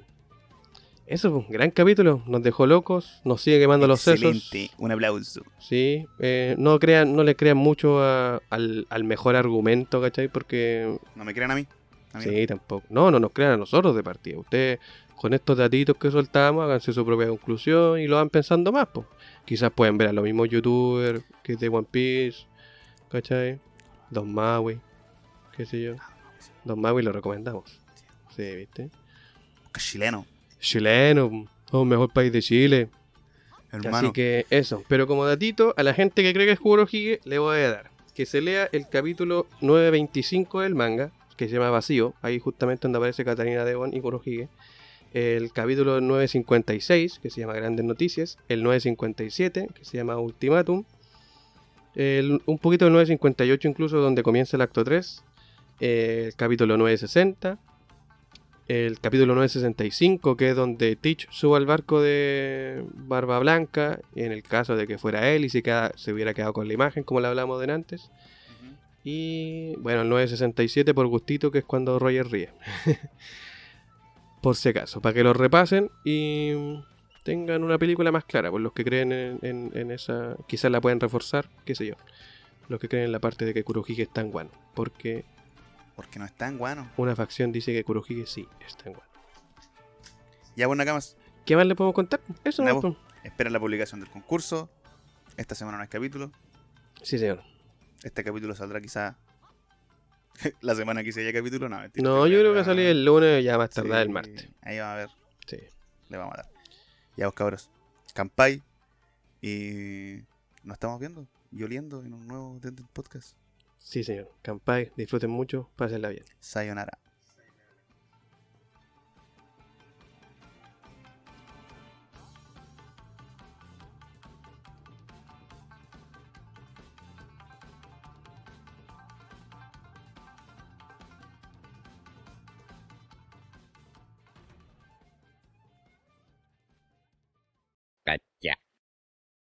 S2: Eso, pues, gran capítulo. Nos dejó locos, nos sigue quemando los
S3: Excelente,
S2: sesos.
S3: un aplauso.
S2: Sí, eh, no crean, no le crean mucho a- al, al mejor argumento, ¿cachai? Porque
S3: No me crean a mí. A mí
S2: Sí, tampoco. No, no nos crean a nosotros de partida. Ustedes, con estos datitos que soltamos, háganse su propia conclusión y lo van pensando más, pues. Quizás pueden ver a los mismos youtubers que es de One Piece, ¿cachai? Don Maui, qué sé yo. Don Maui lo recomendamos. Sí, ¿viste?
S3: no, que es chileno,
S2: Chileno, somos el mejor país de Chile.
S3: hermano.
S2: Así que eso. Pero como datito, a la gente que cree que es Kuro Hige, le voy a dar que se lea el capítulo 925 del manga, que se llama Vacío, ahí justamente donde aparece Catarina Devon y Kuro Hige. El capítulo 956, que se llama Grandes Noticias. El 957, que se llama Ultimátum. El- un poquito del 958 incluso, donde comienza el acto 3. El capítulo 960. El capítulo 965, que es donde Teach sube al barco de Barba Blanca, en el caso de que fuera él y se, queda- se hubiera quedado con la imagen, como la hablamos de antes.
S3: Ujú.
S2: Y bueno, el 967 por gustito, que es cuando Roger ríe. por si acaso, para que lo repasen y tengan una película más clara, por los que creen en, en- en esa, quizás la pueden reforzar, qué sé yo. Los que creen en la parte de que Kurohige es tan guano, porque
S3: Porque no es tan guano.
S2: una facción dice que Kurohige sí es tan guano.
S3: Ya, bueno, Nakamas,
S2: ¿Qué más le podemos contar? Eso
S3: Nada,
S2: no.
S3: vos. espera la publicación del concurso. Esta semana no hay capítulo.
S2: Sí, señor.
S3: Este capítulo saldrá quizá la semana que se haya capítulo. No, mentira. Ah,
S2: No, yo creo que va a salir el lunes ya más
S3: Sí,
S2: tardar el martes.
S3: Ahí va a ver.
S2: Sí.
S3: Le vamos a dar. Ya vos cabros. Campai. Y nos estamos viendo y oliendo en un nuevo Denden Podcast.
S2: Sí, señor. Campai, disfruten mucho, pásenla bien.
S3: Sayonara.